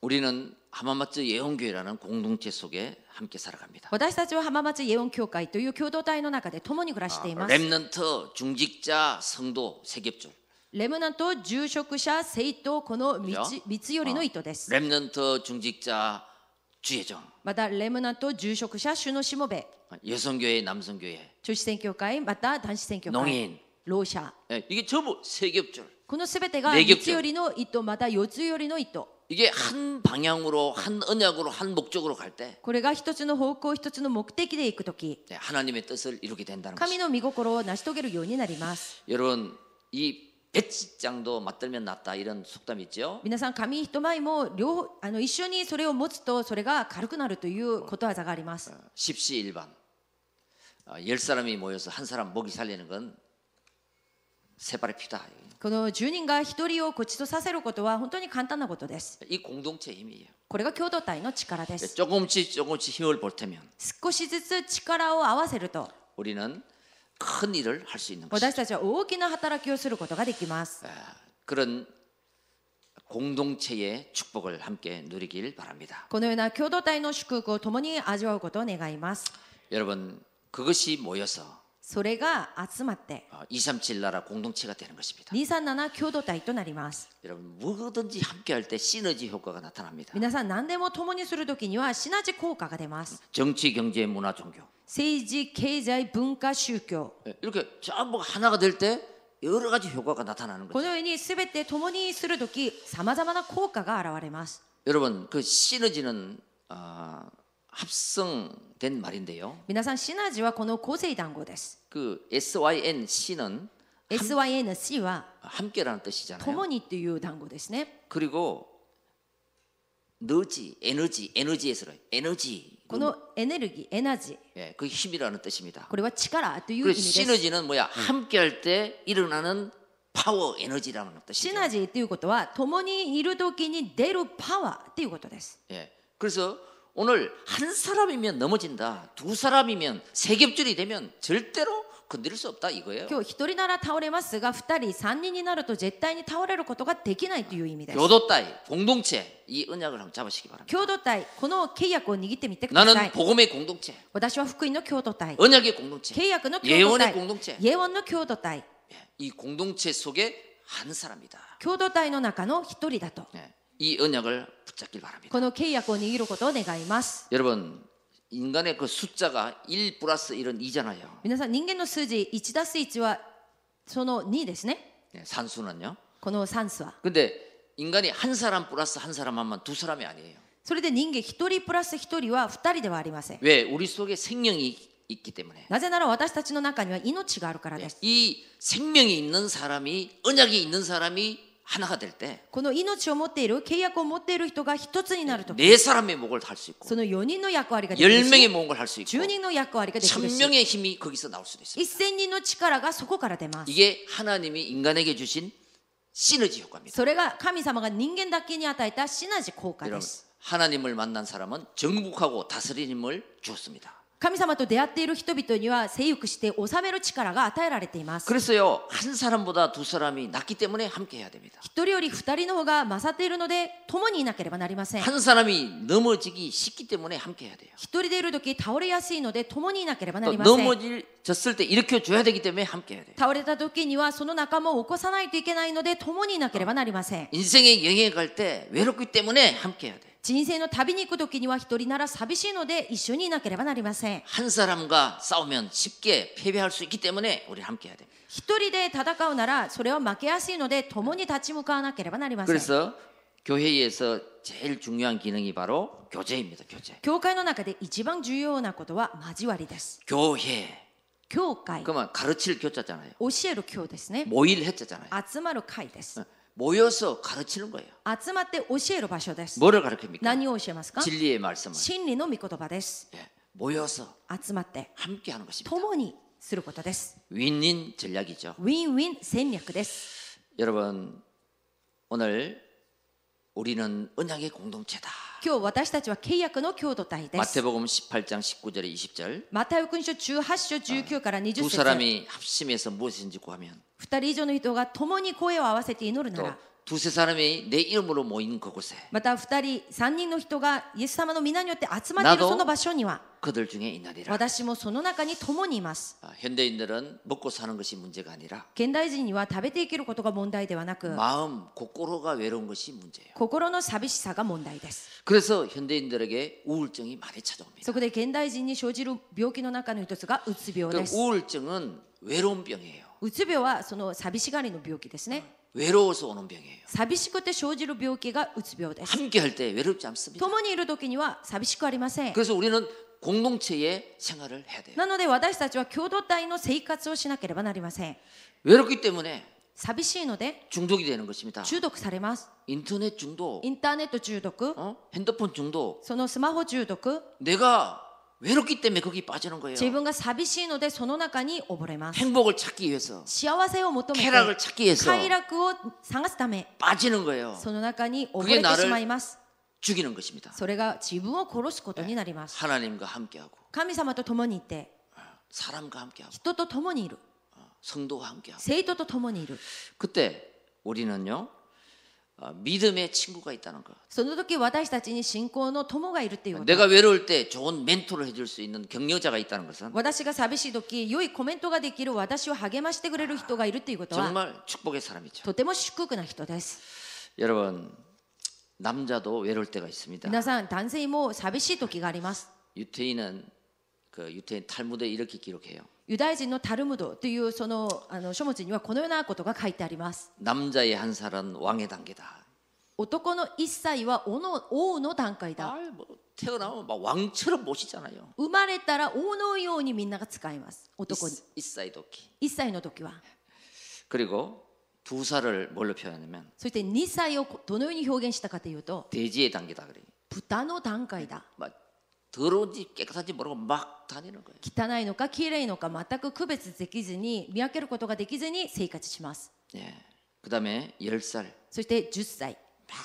S1: 우리는 하마마츠 예언교회라는 공동체 속에 함께 살아갑니다.
S2: 私たちは浜松イエオン教会という共同体の中で共に暮らしています
S1: 렘넌트 중직자, 성도, 세겹줄.
S2: レムナント住職者聖徒この三
S1: いい
S2: つ
S1: よ
S2: 三つ寄りの糸です
S1: 렘넌트 중직자, 주예정.
S2: またレムナント住職者主のしもべ
S1: 여성교회, 남성교회,
S2: 女子選挙会また男子選挙
S1: 농
S2: 会
S1: 인
S2: 老者
S1: 예, 이게 전부 세겹줄.
S2: このすべてが
S1: ねぎょき
S2: 三
S1: ょ
S2: つ寄りの糸また四つ寄りの糸
S1: 이게 한 방향으로, 한 언약으로, 한 목적으로 갈 때,
S2: これが一つの方向一つの目的で行くとき
S1: 예, 하나님의 뜻을 이루게 된다는 것이죠.
S2: 神の御心を成し遂げるようになります
S1: 여러분, 이 배치장도 맞들면 낫다 이런 속담이 있죠.
S2: 皆さん紙一枚も両方あの一緒にそれを持つとそれが軽くなるということわざがあります
S1: 십시일반 어, 열 사람이 모여서 한 사람 먹이 살리는 건 세발의 피다.
S2: この10人が一人をごちそうさせることは本当に簡単なことです
S1: 이 공동체 의 힘이에요.
S2: これが共同体の力です
S1: 조금씩 조금씩 힘을 보태면
S2: 少しずつ力を合わせると
S1: 우리는 큰 일을 할 수 있는 것이죠.
S2: 私たちは大きな働きをすることができます
S1: 아, 그런 공동체의 축복을 함께 누리길 바랍니다.
S2: このような共同体の祝福を共に味わうことを願います
S1: 여러분 그것이 모여서
S2: それが集まって
S1: 어, 237 나라 공동체가 되는 것입니다.
S2: 네. 237共同体となります
S1: 여러분 뭐든지 함께 할 때 시너지 효과가 나타납니다.
S2: 皆さん何でも共にするときにはシナジ効果が出ます
S1: 정치, 경제, 문화, 종교
S2: 政治経済文化宗教
S1: 예, 이렇게 전부 하나가 될 때 여러 가지 효과가 나타나는
S2: こ
S1: 거죠.
S2: のように全て共にするときさまざまな効果が現れます
S1: 여러분 그 시너지는 아, 합성된 말인데요.
S2: 皆さんシナジはこの構成団語です
S1: 그 SYN C는
S2: SYNC は
S1: 함께라는 뜻이잖아요.
S2: 共にっていう団語ですね
S1: 그리고 너지, 에너지, 에너지에서 에너지
S2: このエネルギーエナジー
S1: 예, 그 힘이라는 뜻입니다.
S2: これは力という意味で
S1: 그
S2: す
S1: 시너지는 뭐야? 함께할 때 일어나는 파워 에너지라는
S2: シ
S1: 뜻이죠.
S2: ナジーということは共にいるときに出るパワーということです
S1: 예. 그래서 오늘 한 사람이면 넘어진다. 두 사람이면 세 겹줄이 되면 절대로 건드릴 수 없다 이거예요.
S2: 今日一人なら倒れますが二人三人になると絶対に倒れることができないという意味です
S1: 교도 따위 공동체 이 언약을 한번 잡으시기 바랍니다.
S2: 共同体この契約を握ってみてくださ
S1: 나는
S2: い
S1: 복음의 공동체,
S2: 私は福音の共同体
S1: 언약의 공동체,
S2: 契約の共同
S1: 예언의
S2: 体
S1: 공동체.
S2: イエオンの共同体
S1: 예, 이 공동체 속에 한 사람이다.
S2: 共同体の中の一人だと
S1: 예, 이 언약을 붙잡길 바랍니다.
S2: この契約を握ることを願います
S1: 여러분 인간의 그 숫자가 1 플러스 1은 2잖아요.
S2: 皆さん人間の数字1ダス1はその2ですね
S1: 예, 산수는요.
S2: この3数は
S1: 근데 인간이 한 사람 플러스 한 사람만 두 사람이 아니에요.
S2: それで人間一人プラス一人は二人ではありません。
S1: 왜 우리 속에 생명이 있기 때문에
S2: なぜなら私たちの中には命があるからです。
S1: 이 생명이 있는 사람이 언약이 있는 사람이 하나가 될 때 네
S2: この命を持っている契約を持っている人が一つになると、
S1: 네 사람의 목을 할 수 있고
S2: その4人の役割ができる
S1: 열
S2: し
S1: 명의 목을 할 수 있고
S2: 10人の役割ができる
S1: 천
S2: し
S1: 명의 힘이 거기서 나올 수도 있어요.
S2: 1000人の力がそこから出ます。
S1: 이게 하나님이 인간에게 주신 시너지 효과입니다.
S2: それが神様が人間だけに与えたシナジー効果で
S1: 여러분
S2: す。
S1: 하나님을 만난 사람은 정복하고 다스림을 주었습니다.
S2: 神様と出会っている人々には征服して治める力が与えられています。
S1: 그래서요 한 사람보다 두 사람이 낫기 때문에 함께 해야 됩니다.
S2: 一人より二人の方が勝っているので共にいなければなりません。
S1: 한 사람이 넘어지기 쉽기 때문에 함께 해야 돼요.
S2: 一人でいる時倒れやすいので共にいなければな
S1: 또
S2: りません。
S1: 넘어졌을 때 일으켜 줘야 되기 때문에 함께 해야 돼요.
S2: 倒れた時にはその仲間を起こさないといけないので共にいなければなりません
S1: 인생의 여행에 갈 때 외롭기 때문에 함께 해야 돼요.
S2: 人生の旅に行く時には一人なら寂しいので一緒にいなければなりません
S1: 한 사람과 싸우면 쉽게 패배할 수 있기 때문에 우리 함께 해야 됩니다.
S2: 一人で戦うならそれは負けやすいので共に立ち向かわなければなりません
S1: 그래서 교회에서 제일 중요한 기능이 바로 교제입니다. 교제.
S2: 教会の中で一番重要なことは交わりです
S1: 교회.
S2: 教会教
S1: 그러면 가르칠 교자잖아요.
S2: える教ですね
S1: 모일 했잖아요. 어,
S2: 集まる会です
S1: 모여서 가르치는 거예요.
S2: 集まって教える場所です
S1: 뭐를 가르칩니까?
S2: 何を教えますか
S1: 진리의 말씀을.
S2: 真理の御言葉です
S1: 예, 모여서
S2: 集まって
S1: 함께 하는 것입니다.
S2: 共にすることです
S1: 윈윈 전략이죠.
S2: ウィンウィン戦略です
S1: 여러분 오늘 우리는 언약의 공동체다.
S2: 今日私たちは契約の共同体です。
S1: 마태복음 18장 19절에 20절.
S2: マタイ福音書18章19から20
S1: 두
S2: 節
S1: 사람이 합심해서 무엇인지 구하면
S2: 二人以上の人が共に声を合わせて祈るな
S1: 또
S2: ら
S1: 두세 사람이 내 이름으로 모인 그곳에
S2: また二人三人の人がイエス様の皆によって集まってい
S1: な
S2: る
S1: ど
S2: その場所には
S1: 그들 중에 있나니라.
S2: 私もその中に共にいます。
S1: 아, 현대인들은 먹고 사는 것이 문제가 아니라
S2: 現代人には食べていけることが問題ではなく
S1: 마음 고꼬로가 외로운 것이 문제예요.
S2: 心の寂しさが問題です。
S1: 그래서 현대인들에게 우울증이 많이 찾아옵니다.
S2: そこで現代人に生じる病気の中の一つがうつ病
S1: 그
S2: です。
S1: 우울증은 외로운 병이에요.
S2: うつ病はその寂しがりの病気ですね。
S1: 외로워서 오는 병이에요.
S2: 寂しくて生じる病気がうつ病です。
S1: 함께 할 때 외롭지 않습니다.
S2: 共にいる時には寂しくありません。
S1: 그래서 우리는 공동체의 생활을 해야 돼요.
S2: なので私たちは共同体の生活をしなければなりません。
S1: 외롭기 때문에
S2: 寂しいので
S1: 중독이 되는 것입니다.
S2: 中毒されます。
S1: 인터넷 중독,
S2: インターネット中毒、
S1: 어? 핸드폰 중독.
S2: そのスマホ中毒、
S1: 내가 외롭기 때문에 거기 빠지는 거예요.
S2: 自分が寂しいのでその中に溺れます。
S1: 행복을 찾기 위해서,
S2: 幸せを求め
S1: 쾌락을
S2: て
S1: 찾기 위해서
S2: 快楽を探すため、
S1: 빠지는 거예요.
S2: その中に溺
S1: 그게
S2: れ
S1: 나를
S2: てしまいます。
S1: 죽이는 것입니다.
S2: それが自分を殺すことになります。
S1: 하나님과 함께하고
S2: 神様と共にいて、
S1: 사람과 함께하고
S2: 人と共にいる、
S1: 성도와 함께하고
S2: 生徒と共にいる。
S1: 그때 우리는요 어, 믿음의 친구가 있다는 거.
S2: その時私たちに信仰の友がいるっていうこと。
S1: 내가 외로울 때 좋은 멘토를 해줄 수 있는 격려자가 있다는 것은
S2: 私が寂しい時良いコメントができる私を励ましてくれる人がいるということは
S1: 정말 축복의 사람이죠.
S2: とても祝福な人です
S1: 여러분 남자도 외로울 때가 있습니다.
S2: 皆さん男性も寂しい時があります
S1: 유태인은 그 유태인 탈무드에 이렇게 기록해요.
S2: ユダヤ人のタルムドというそのあの書物にはこのようなことが書いてあります
S1: 남자의 한 살은 왕의 단계다.
S2: 男の一歳は王の王の段階だ
S1: 아뭐 태어나면 막 왕처럼 모시잖아요.
S2: 生まれたら王のようにみんなが使います男に
S1: 이스- 이사이도키.
S2: 一歳の時は
S1: 그리고 두 살을 뭘로 표현하냐면
S2: そして二歳をどのように表現したかというと
S1: 돼지의 단계다 그래요.
S2: 豚の段階だ
S1: 막 더러운지 깨끗한지 모르고 막 다니는 거예요.
S2: 汚いのか綺麗のか全く区別できずに見分けることができずに生活します
S1: 예. 그다음에 열 살.
S2: そして10歳
S1: 막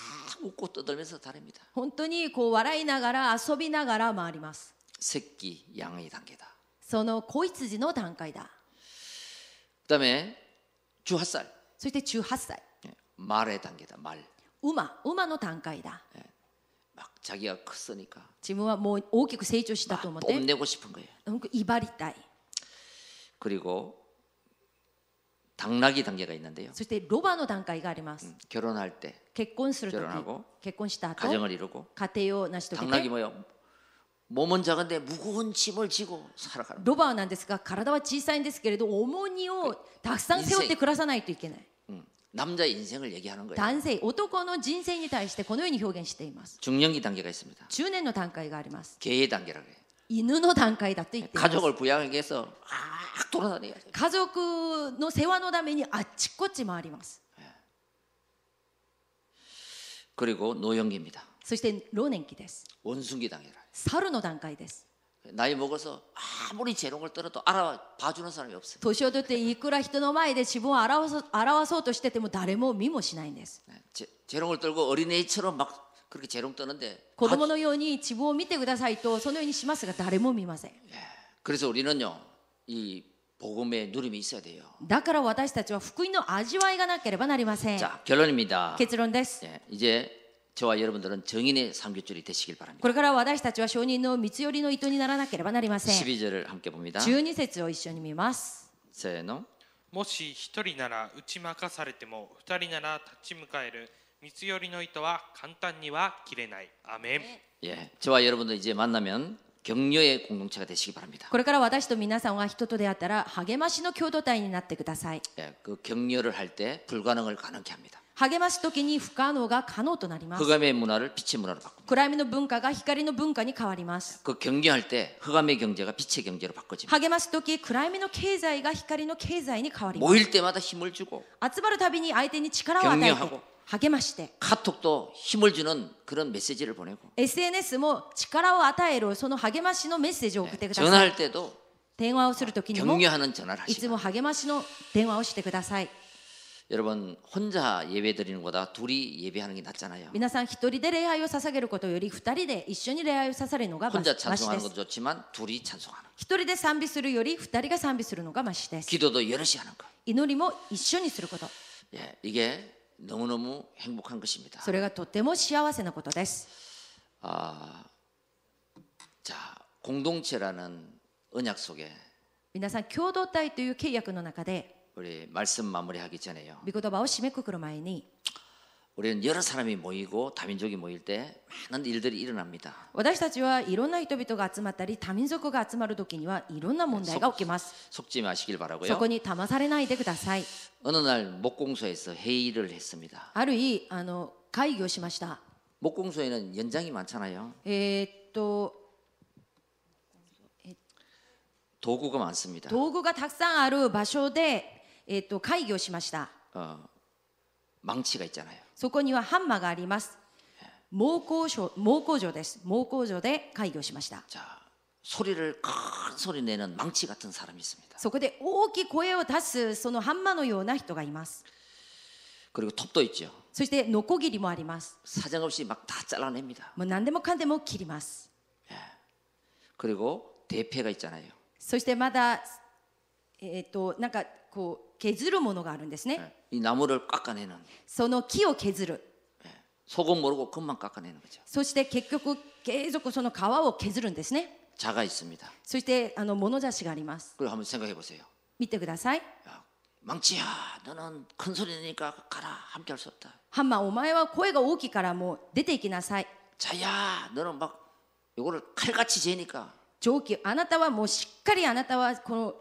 S1: 웃고 떠들면서 다닙니다.
S2: 本当にこう笑いながら遊びながら回ります
S1: 새끼 양의 단계다.
S2: その子羊の段階だ
S1: 그다음에 주핫살.
S2: そして18歳
S1: 예. 말의 단계다. 말.
S2: 馬馬の段階だ
S1: 막 자기가 컸으니까
S2: 自分はもう大きく成長したと思って
S1: 뽐내고 싶은 거예요.
S2: なんか威張りたい
S1: 그리고 당락이 단계가 있는데요.
S2: そしてロバの段階があります
S1: 결혼할 때
S2: 結婚するとき
S1: 결혼하고
S2: 結婚した後
S1: 가정을 이루고
S2: 家庭を成し遂げ
S1: 당락이
S2: て
S1: 뭐예요? 몸은 작은데 무거운 짐을 지고 살아가는 거예요.
S2: ロバはなんですが体は小さいんですけれど重荷をたくさん背負って暮らさないといけない
S1: 음. 남자의 인생을 얘기하는 거예요.
S2: 男性男の人生に対してこのように表現しています
S1: 중년기 단계가 있습니다.
S2: 中年の段階があります
S1: 개의 단계라고 해요.
S2: 犬の段階だと言っています
S1: 가족을 부양하기 위해서 막 돌아다녀요.
S2: 家族の世話のためにあっちこっち回ります
S1: 그리고 노년기입니다.
S2: そして老年期です
S1: 원숭기 단계라.
S2: 猿の段階です
S1: 나이 먹어서 아무리 재롱을 떨어도 알아봐주는 사람이 없어요.
S2: 年を取っていくら人の前で自分を表そう表そうとしてても誰も見もしないんです
S1: 네, 재, 재롱을 떨고 어린애처럼 막 그렇게 재롱 떠는데
S2: 子供のように自分を見てくださいとそのようにしますが誰も見ません
S1: 그래서 우리는요 이 복음의 누림이 있어야 돼요.
S2: だから私たちは福音の味わいがなければなりません
S1: 자 결론입니다.
S2: 結論です
S1: 예, 이제 저와 여러분들은 정인의 삼겹줄이 되시길 바랍니다.
S2: これから私たちは証人の三つ寄りの糸にならなければなりません
S1: 12절을 함께 봅니다.
S2: 12節を一緒に見ます
S1: 세노
S3: もし一人なら打ち負かされても二人なら立ち向かえる三つ寄りの糸は簡単には切れないアメン
S1: 예, 저와 여러분들 이제 만나면 격려의 공동체가 되시기 바랍니다.
S2: これから私と皆さんは人と出会ったら励ましの共同体になってください
S1: 예, 그 격려를 할 때 불가능을 가능케 합니다.
S2: 励ます時に不可能が可能となります
S1: 흑암의 문화를 빛의 문화로 바꿉니다.
S2: 暗闇の文化が光の文化に変わります
S1: 그 격려할 때 흑암의 경제가 빛의 경제로 바꿔집니다.
S2: 励ます時暗闇の経済が光の経済に変わりま
S1: 모일 때마다 힘을 주고
S2: す集まるたびに相手に力を与えて
S1: 격려하고
S2: 励まして
S1: 카톡도 힘을 주는 그런 메시지를 보내고
S2: SNS も力を与えるその励ましのメッセージを送ってください、
S1: 전화할 때도
S2: 電話をする時にも
S1: 격려하는 전화를
S2: いつも
S1: 하시고
S2: 励ましの電話をしてください
S1: 여러분 혼자 예배 드리는 거다 둘이 예배하는 게 낫잖아요.
S2: 皆さん一人で礼拝を捧げることより二人で一緒に礼拝を捧げるのがまし
S1: 혼자
S2: マシで
S1: 찬송하는
S2: す
S1: 것도 좋지만 둘이 찬송하는 거.
S2: 一人で賛美するより二人が賛美するのがましです
S1: 기도도 여럿이 하는 거.
S2: 祈りも一緒にすること
S1: 예, 이게 너무너무 행복한 것입니다.
S2: それがとても幸せなことです
S1: 아, 자 공동체라는 언약 속에
S2: 皆さん共同体という契約の中で
S1: 우리 말씀 마무리하기 전에요.
S2: 御言葉を締めくくる前に
S1: 우리는 여러 사람이 모이고 다민족이 모일 때 많은 일들이 일어납니다.
S2: 私たちはいろんな人々が集まったり多民族が集まる時にはいろんな問題が起きます
S1: 속지 마시길
S2: そ
S1: 바라고요.
S2: こに騙されないでください
S1: 어느 날 목공소에서 회의를 했습니다.
S2: あるいあの会議をしました
S1: 목공소에는 연장이 많잖아요.
S2: えーっと
S1: 도구가 많습니다.
S2: 道具がたくさんある場所で、えーっと会議をしました
S1: 어, 망치가 있잖아요.
S2: そこにはハンマーがあります猛工場猛工場です猛工場で会議をしました
S1: 자, 소리를 큰 소리 내는 망치 같은 사람이 있습니다.
S2: そこで大きい声を出すそのハンマーのような人がいます
S1: 그리고 톱도 있죠.
S2: そしてノコギリもあります。
S1: 사정없이 막 다 잘라냅니다.
S2: もう何でもかんでも切ります。
S1: 그리고 대패가 있잖아요.
S2: そしてまだえっ、となんかこう削るものがあるんですね。
S1: 예, 이 나무를 깎아내는
S2: その木を削る。
S1: 예, 속은 모르고 금만 깎아내는 거죠.
S2: そして結局継続その皮を削るんですね。
S1: 자가 있습니다.
S2: そしてあの物差しがあります。
S1: 그리고 한번 생각해 보세요.
S2: 見てください。
S1: 야, 망치야, 너는 큰 소리 내니까 가라. 함께 할 수 없다.
S2: ハンマーお前は声が大きいからもう出て行きなさい。
S1: 자야, 너는 막 요거를 칼같이 재니까
S2: 上記あなたはもうしっかりあなたはこの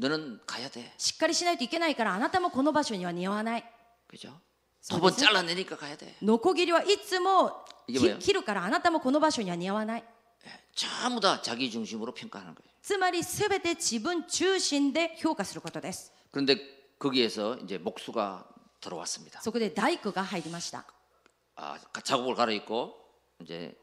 S1: 너는 가야 돼.
S2: しっかりしないといけないからあなたもこの場所には似合わない。
S1: 그죠?
S2: 서비스?
S1: 두번 잘라내니까 가야 돼.
S2: ノコギリはいつも
S1: いけばよ
S2: き切るからあなたもこの場所には似合わない。
S1: 예, 전부 다 자기 중심으로 평가하는 거예요.
S2: つまり全て自分中心で評価することです
S1: 그런데 거기에서 이제 목수가 들어왔습니다.
S2: そこで大工が入りました
S1: 아, 가- 작업을 갈아입고 이제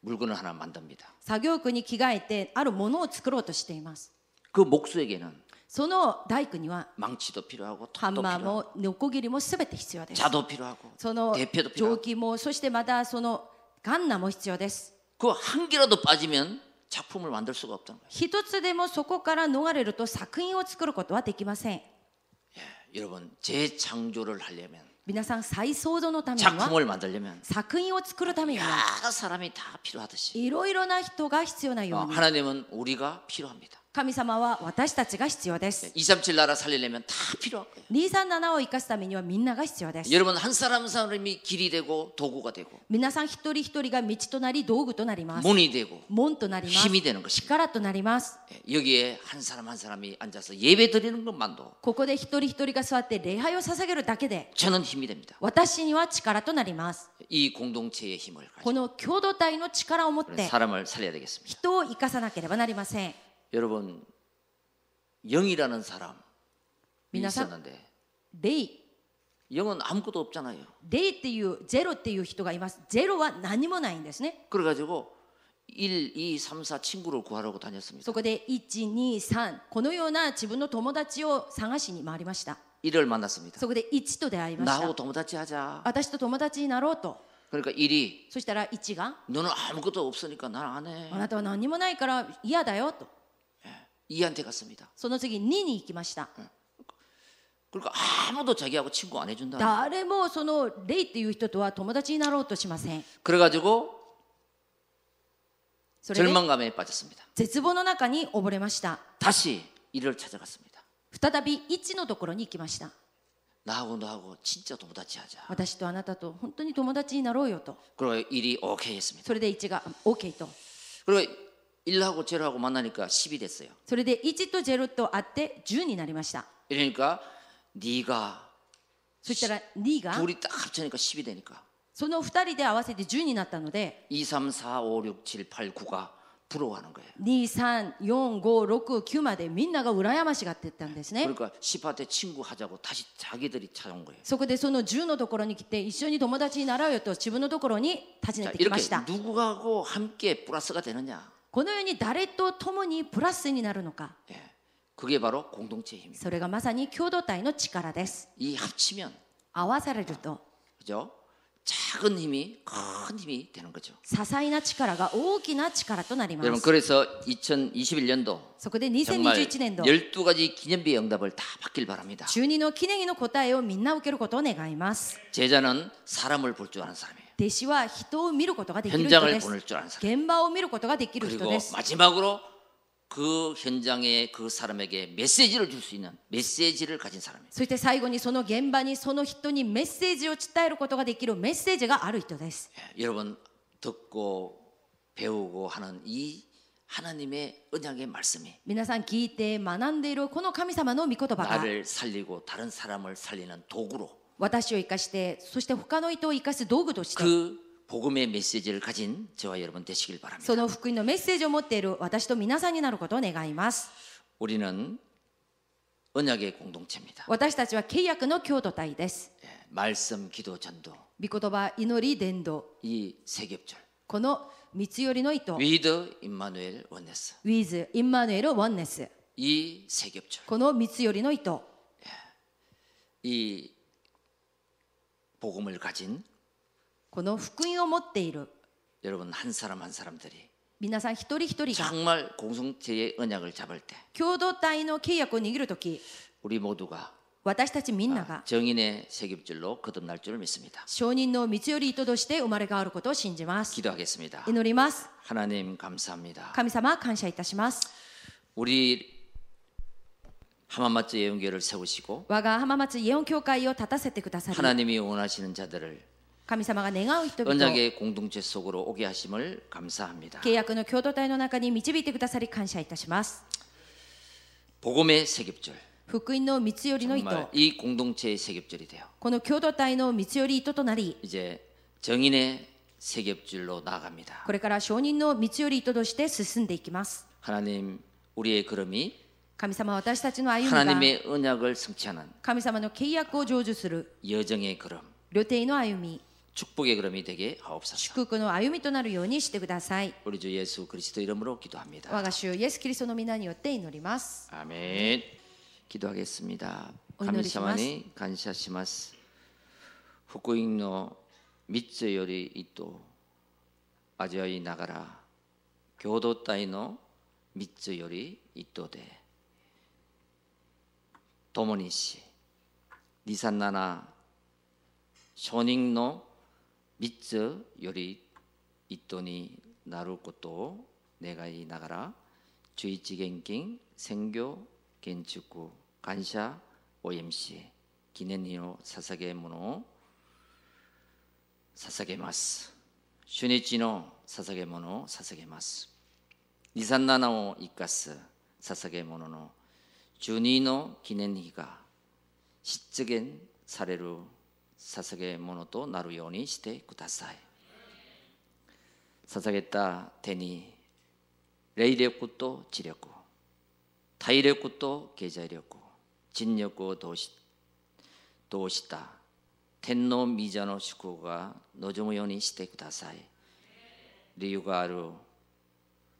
S1: 물건을 하나 만듭니다.
S2: 作業服に着替えてあるものを作ろうとしています
S1: 그 목수에게는
S2: その大工には
S1: 망치도 필요하고
S2: ハン
S1: 톱도
S2: マー
S1: 필요하고
S2: もノコギリも全て必要です
S1: 자도 필요하고
S2: その
S1: 대패도
S2: 蒸
S1: 필요하고
S2: 気もそしてまたそのガンナも必要です
S1: 그 한 개라도 빠지면 작품을 만들 수가 없다는 거예요.
S2: 一つでもそこから逃れると作品を作ることはできません
S1: 여러분 재창조를 하려면
S2: 皆さん再創造のためには
S1: 작품을 만들려면
S2: 作品を作るためには
S1: 여러 사람이 다 필요하듯이
S2: いろいろな人が必要な
S1: 어,
S2: ように
S1: 하나님은 우리가 필요합니다.
S2: 神様は私たちが必要です。
S1: 237 나라 살리려면 다 필요할 거예요.
S2: 237を生かすためにはみんなが必要です。
S1: 여러분 한 사람 한 사람이 길이 되고 도구가 되고
S2: 皆さん一人一人が道となり道具となります。
S1: 문이 되고
S2: 門となります。
S1: 힘이 되는 것입니다.
S2: 力となります。
S1: 예, 여기에 한 사람 한 사람이 앉아서 예배 드리는 것만도
S2: ここで一人一人が座って礼拝を捧げるだけで
S1: 저는 힘이 됩니다.
S2: 私には力となります。
S1: 이 공동체의 힘을
S2: こ
S1: 가지고
S2: の共同体の力を持っ
S1: 그런
S2: て
S1: 사람을 살려야 되겠습니다.
S2: 人を生かさなければなりません。
S1: 여러분 영이라는 사람이
S2: 미나사-
S1: 있었는데
S2: レイ、
S1: 영은 아무것도 없잖아요.
S2: レイっていうゼロっていう人がいます。ゼロは何もないんですね。
S1: 그래가지고 1, 2, 3, 4 친구를 구하려고 다녔습니다.
S2: そこで1、2、3このような自分の友達を探しに回りました。
S1: 1을 만났습니다.
S2: そこで1と出会いまし
S1: 나하고
S2: た。
S1: 도모다치 하자.
S2: 私と友達になろうと。
S1: 그러니까 1이
S2: そしたら1が
S1: 너는 아무것도 없으니까 난 안
S2: あ
S1: 해.
S2: なたは何にもないから嫌だよと。
S1: 2한테 갔습니다.
S2: その次2に行きました。
S1: 그러니까 아무도 자기하고 친구 안 해준다.
S2: 誰もそのレイっていう人とは友達になろうとしません。
S1: 그래가지고
S2: それで
S1: 절망감에 빠졌습니다.
S2: 絶望の中に溺れました。
S1: 다시 1을 찾아갔습니다.
S2: 再び1のところに行きました。
S1: 나하고 너하고 진짜 도모다치 하자.
S2: 私とあなたと本当に友達になろうよと。
S1: 그리고 1이 오케이 했습니다.
S2: それで1が OK と。
S1: 그리고 1하고 제로하고 만나니까 10이 됐어요.
S2: それで1と0とあって10になりました。
S1: 이러니까 네가
S2: そしたら2が
S1: 둘이 딱 합치니까 10이 되니까
S2: その2人で合わせて10になったので
S1: 2, 3, 4, 5, 6, 7, 8, 9가 부러워하는 거예요.
S2: 234569までみんなが羨ましがってったんですね。
S1: 그러니까 10한테 친구 하자고 다시 자기들이 찾아온 거예요.
S2: そこでその10のところに来て一緒に友達になろうよと自分のところに訪
S1: 자,
S2: ねてきま
S1: 이렇게
S2: した。
S1: 누구하고 함께 플러스가 되느냐?
S2: このように誰と共にプラスになるのか
S1: 예. 그게 바로 공동체 의 힘입니다.
S2: それがまさに共同体の力です
S1: 이 합치면
S2: 合わされると
S1: 그죠? 작은 힘이 큰 힘이 되는 거죠.
S2: 些細な力が大きな力となりま
S1: 여러분
S2: す
S1: 그래서 2021년도
S2: そこで
S1: 정말
S2: 2021年度
S1: 12가지 기념비 응답을 다 받길 바랍니다.
S2: 中二の記念日の答えをみんな受けることを願います
S1: 제자는 사람을 볼 줄 아는 사람이에요.
S2: 弟子は人を見ることができる人
S1: 현장을
S2: です
S1: 보낼 줄 아는 사람.
S2: 現場を見ることができる人
S1: 그리고
S2: です
S1: 마지막으로 그 현장에 그 사람에게 메시지를 줄 수 있는 메시지를 가진 사람이에요.
S2: そして最後にその現場にその人にメッセージを伝えることができるメッセージがある人です
S1: 예, 여러분 듣고 배우고 하는 이 하나님의 언약의 말씀이
S2: 皆さん聞いて学んでいるこの神様の御言葉が
S1: 나를 살리고 다른 사람을 살리는 도구로
S2: 私を生かしてそして他の人を生かす道具として
S1: 그 복음의 메시지를 가진 저와 여러분 되시길 바랍니다.
S2: その福音のメッセージを持っている私と皆さんになることを願います。
S1: 우리는 언약의 공동체입니다.
S2: 私たちは契約の共同体です。
S1: 예, 말씀, 기도, 전도,
S2: 御言葉、祈り、伝道、
S1: 이 세겹절.
S2: この三つ寄りの糸、ウ
S1: 위드 임마누엘 원네스.
S2: ィズ・インマヌエル・ワンネス、
S1: 이 세겹절.
S2: この三つ寄りの糸、
S1: 이 복음을 가진
S2: この福音を持っている
S1: 여러분 한 사람 한 사람들이
S2: 皆さん一人一人が
S1: 정말 공동체의 언약을 잡을 때
S2: 共同体の契約を握るとき、
S1: 우리 모두가
S2: 私たちみんなが
S1: 정인의 세겹줄로 거듭날 줄을 믿습니다.
S2: 証人の三つ寄り糸として生まれ変わることを信じます。
S1: 기도하겠습니다.
S2: 祈ります。
S1: 하나님 감사합니다.
S2: 神様、感謝いたします。
S1: 우리 하마마츠 예언교를 세우시고
S2: 我が浜松イエオン教会を立たせてく
S1: 네.
S2: ださり、
S1: 하나님이 원하시는 자들을
S2: 神様が願う人々を
S1: 언약의 공동체 속으로 오게 하심을 감사합니다.
S2: 契約の共同体の中に導いてくださり感謝いたします。
S1: 복음의 세겹줄
S2: 福音の三つ寄りの糸、
S1: 정말 이 공동체의 세겹줄이 돼요.
S2: この共同体の三つ寄り糸となり、
S1: 이제 정인의 세겹줄로 나아갑니다.
S2: これから証人の三つ寄り糸として進んでいきます。
S1: 하나님 우리의 걸음이
S2: 神様私たちの歩みが
S1: 하나님의 언약을 성취하는
S2: 神様の契約を成就する
S1: 여정의 걸음
S2: 旅程の歩み、
S1: 축복의 걸음이 되게 하옵소서
S2: 祝福の歩みとなるようにしてください。
S1: 우리 주 예수 그리스도 이름으로
S2: 我
S1: 기도합니다
S2: が主イエス・キリストの皆によって祈ります。
S1: 아멘 기도하겠습니다
S2: 오, 이 노래
S1: 감사하니 감사시마스 후쿠잉노 밑저요리 이또 아저이 나가라 교도 따이노 밑저요리 이또데 도모니시 니산나나 쇼닝노 믿어 요리 이또니 나를 것도 내가 이 나가라 주의치 갱킹, 생교, 겐축구, 간샤, OMC, 기네니로 사사게 모노, 사사게 마스, 슈니치노 사사게 모노, 사사게 마스, 니산나나오 이카스, 사사게 모노노, 주니노 기네니가, 시쯔겐 사례루 사사게 모노도 나루요니 시테 구다사이. 捧げた手に霊力と知力体力と経済力尽力を通し通した天皇御座の祝福が望むようにしてください理由がある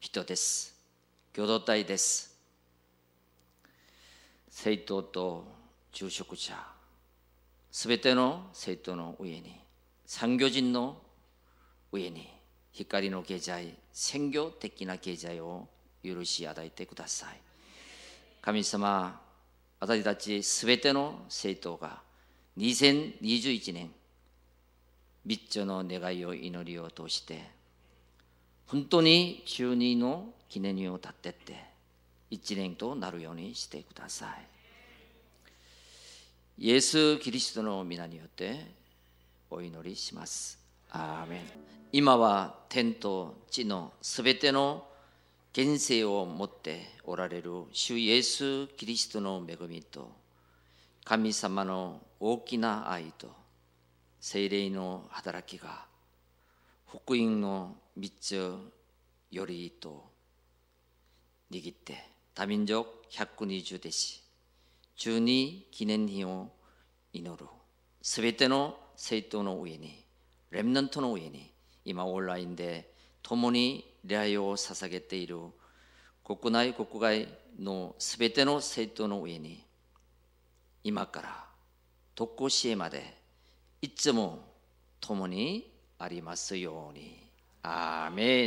S1: 人です共同体です政党と住職者すべての政党の上に産業人の上に光の経済、専業的な経済を許し与えてください。神様、私たちすべての政党が2021年、密著の願いを祈りを通して、本当に中二の記念日を立てて、1年となるようにしてください。イエス・キリストの皆によってお祈りします。アーメン。今は天と地のすべての現世を持っておられる主イエス・キリストの恵みと神様の大きな愛と精霊の働きが福音の3つよりと握って多民族120弟子中に記念日を祈るすべての政党の上にレムナントの上に今オンラインで共に礼拝を捧げている国内国外のすべての政党の上に今から特攻支援までいつも共にありますように。アーメン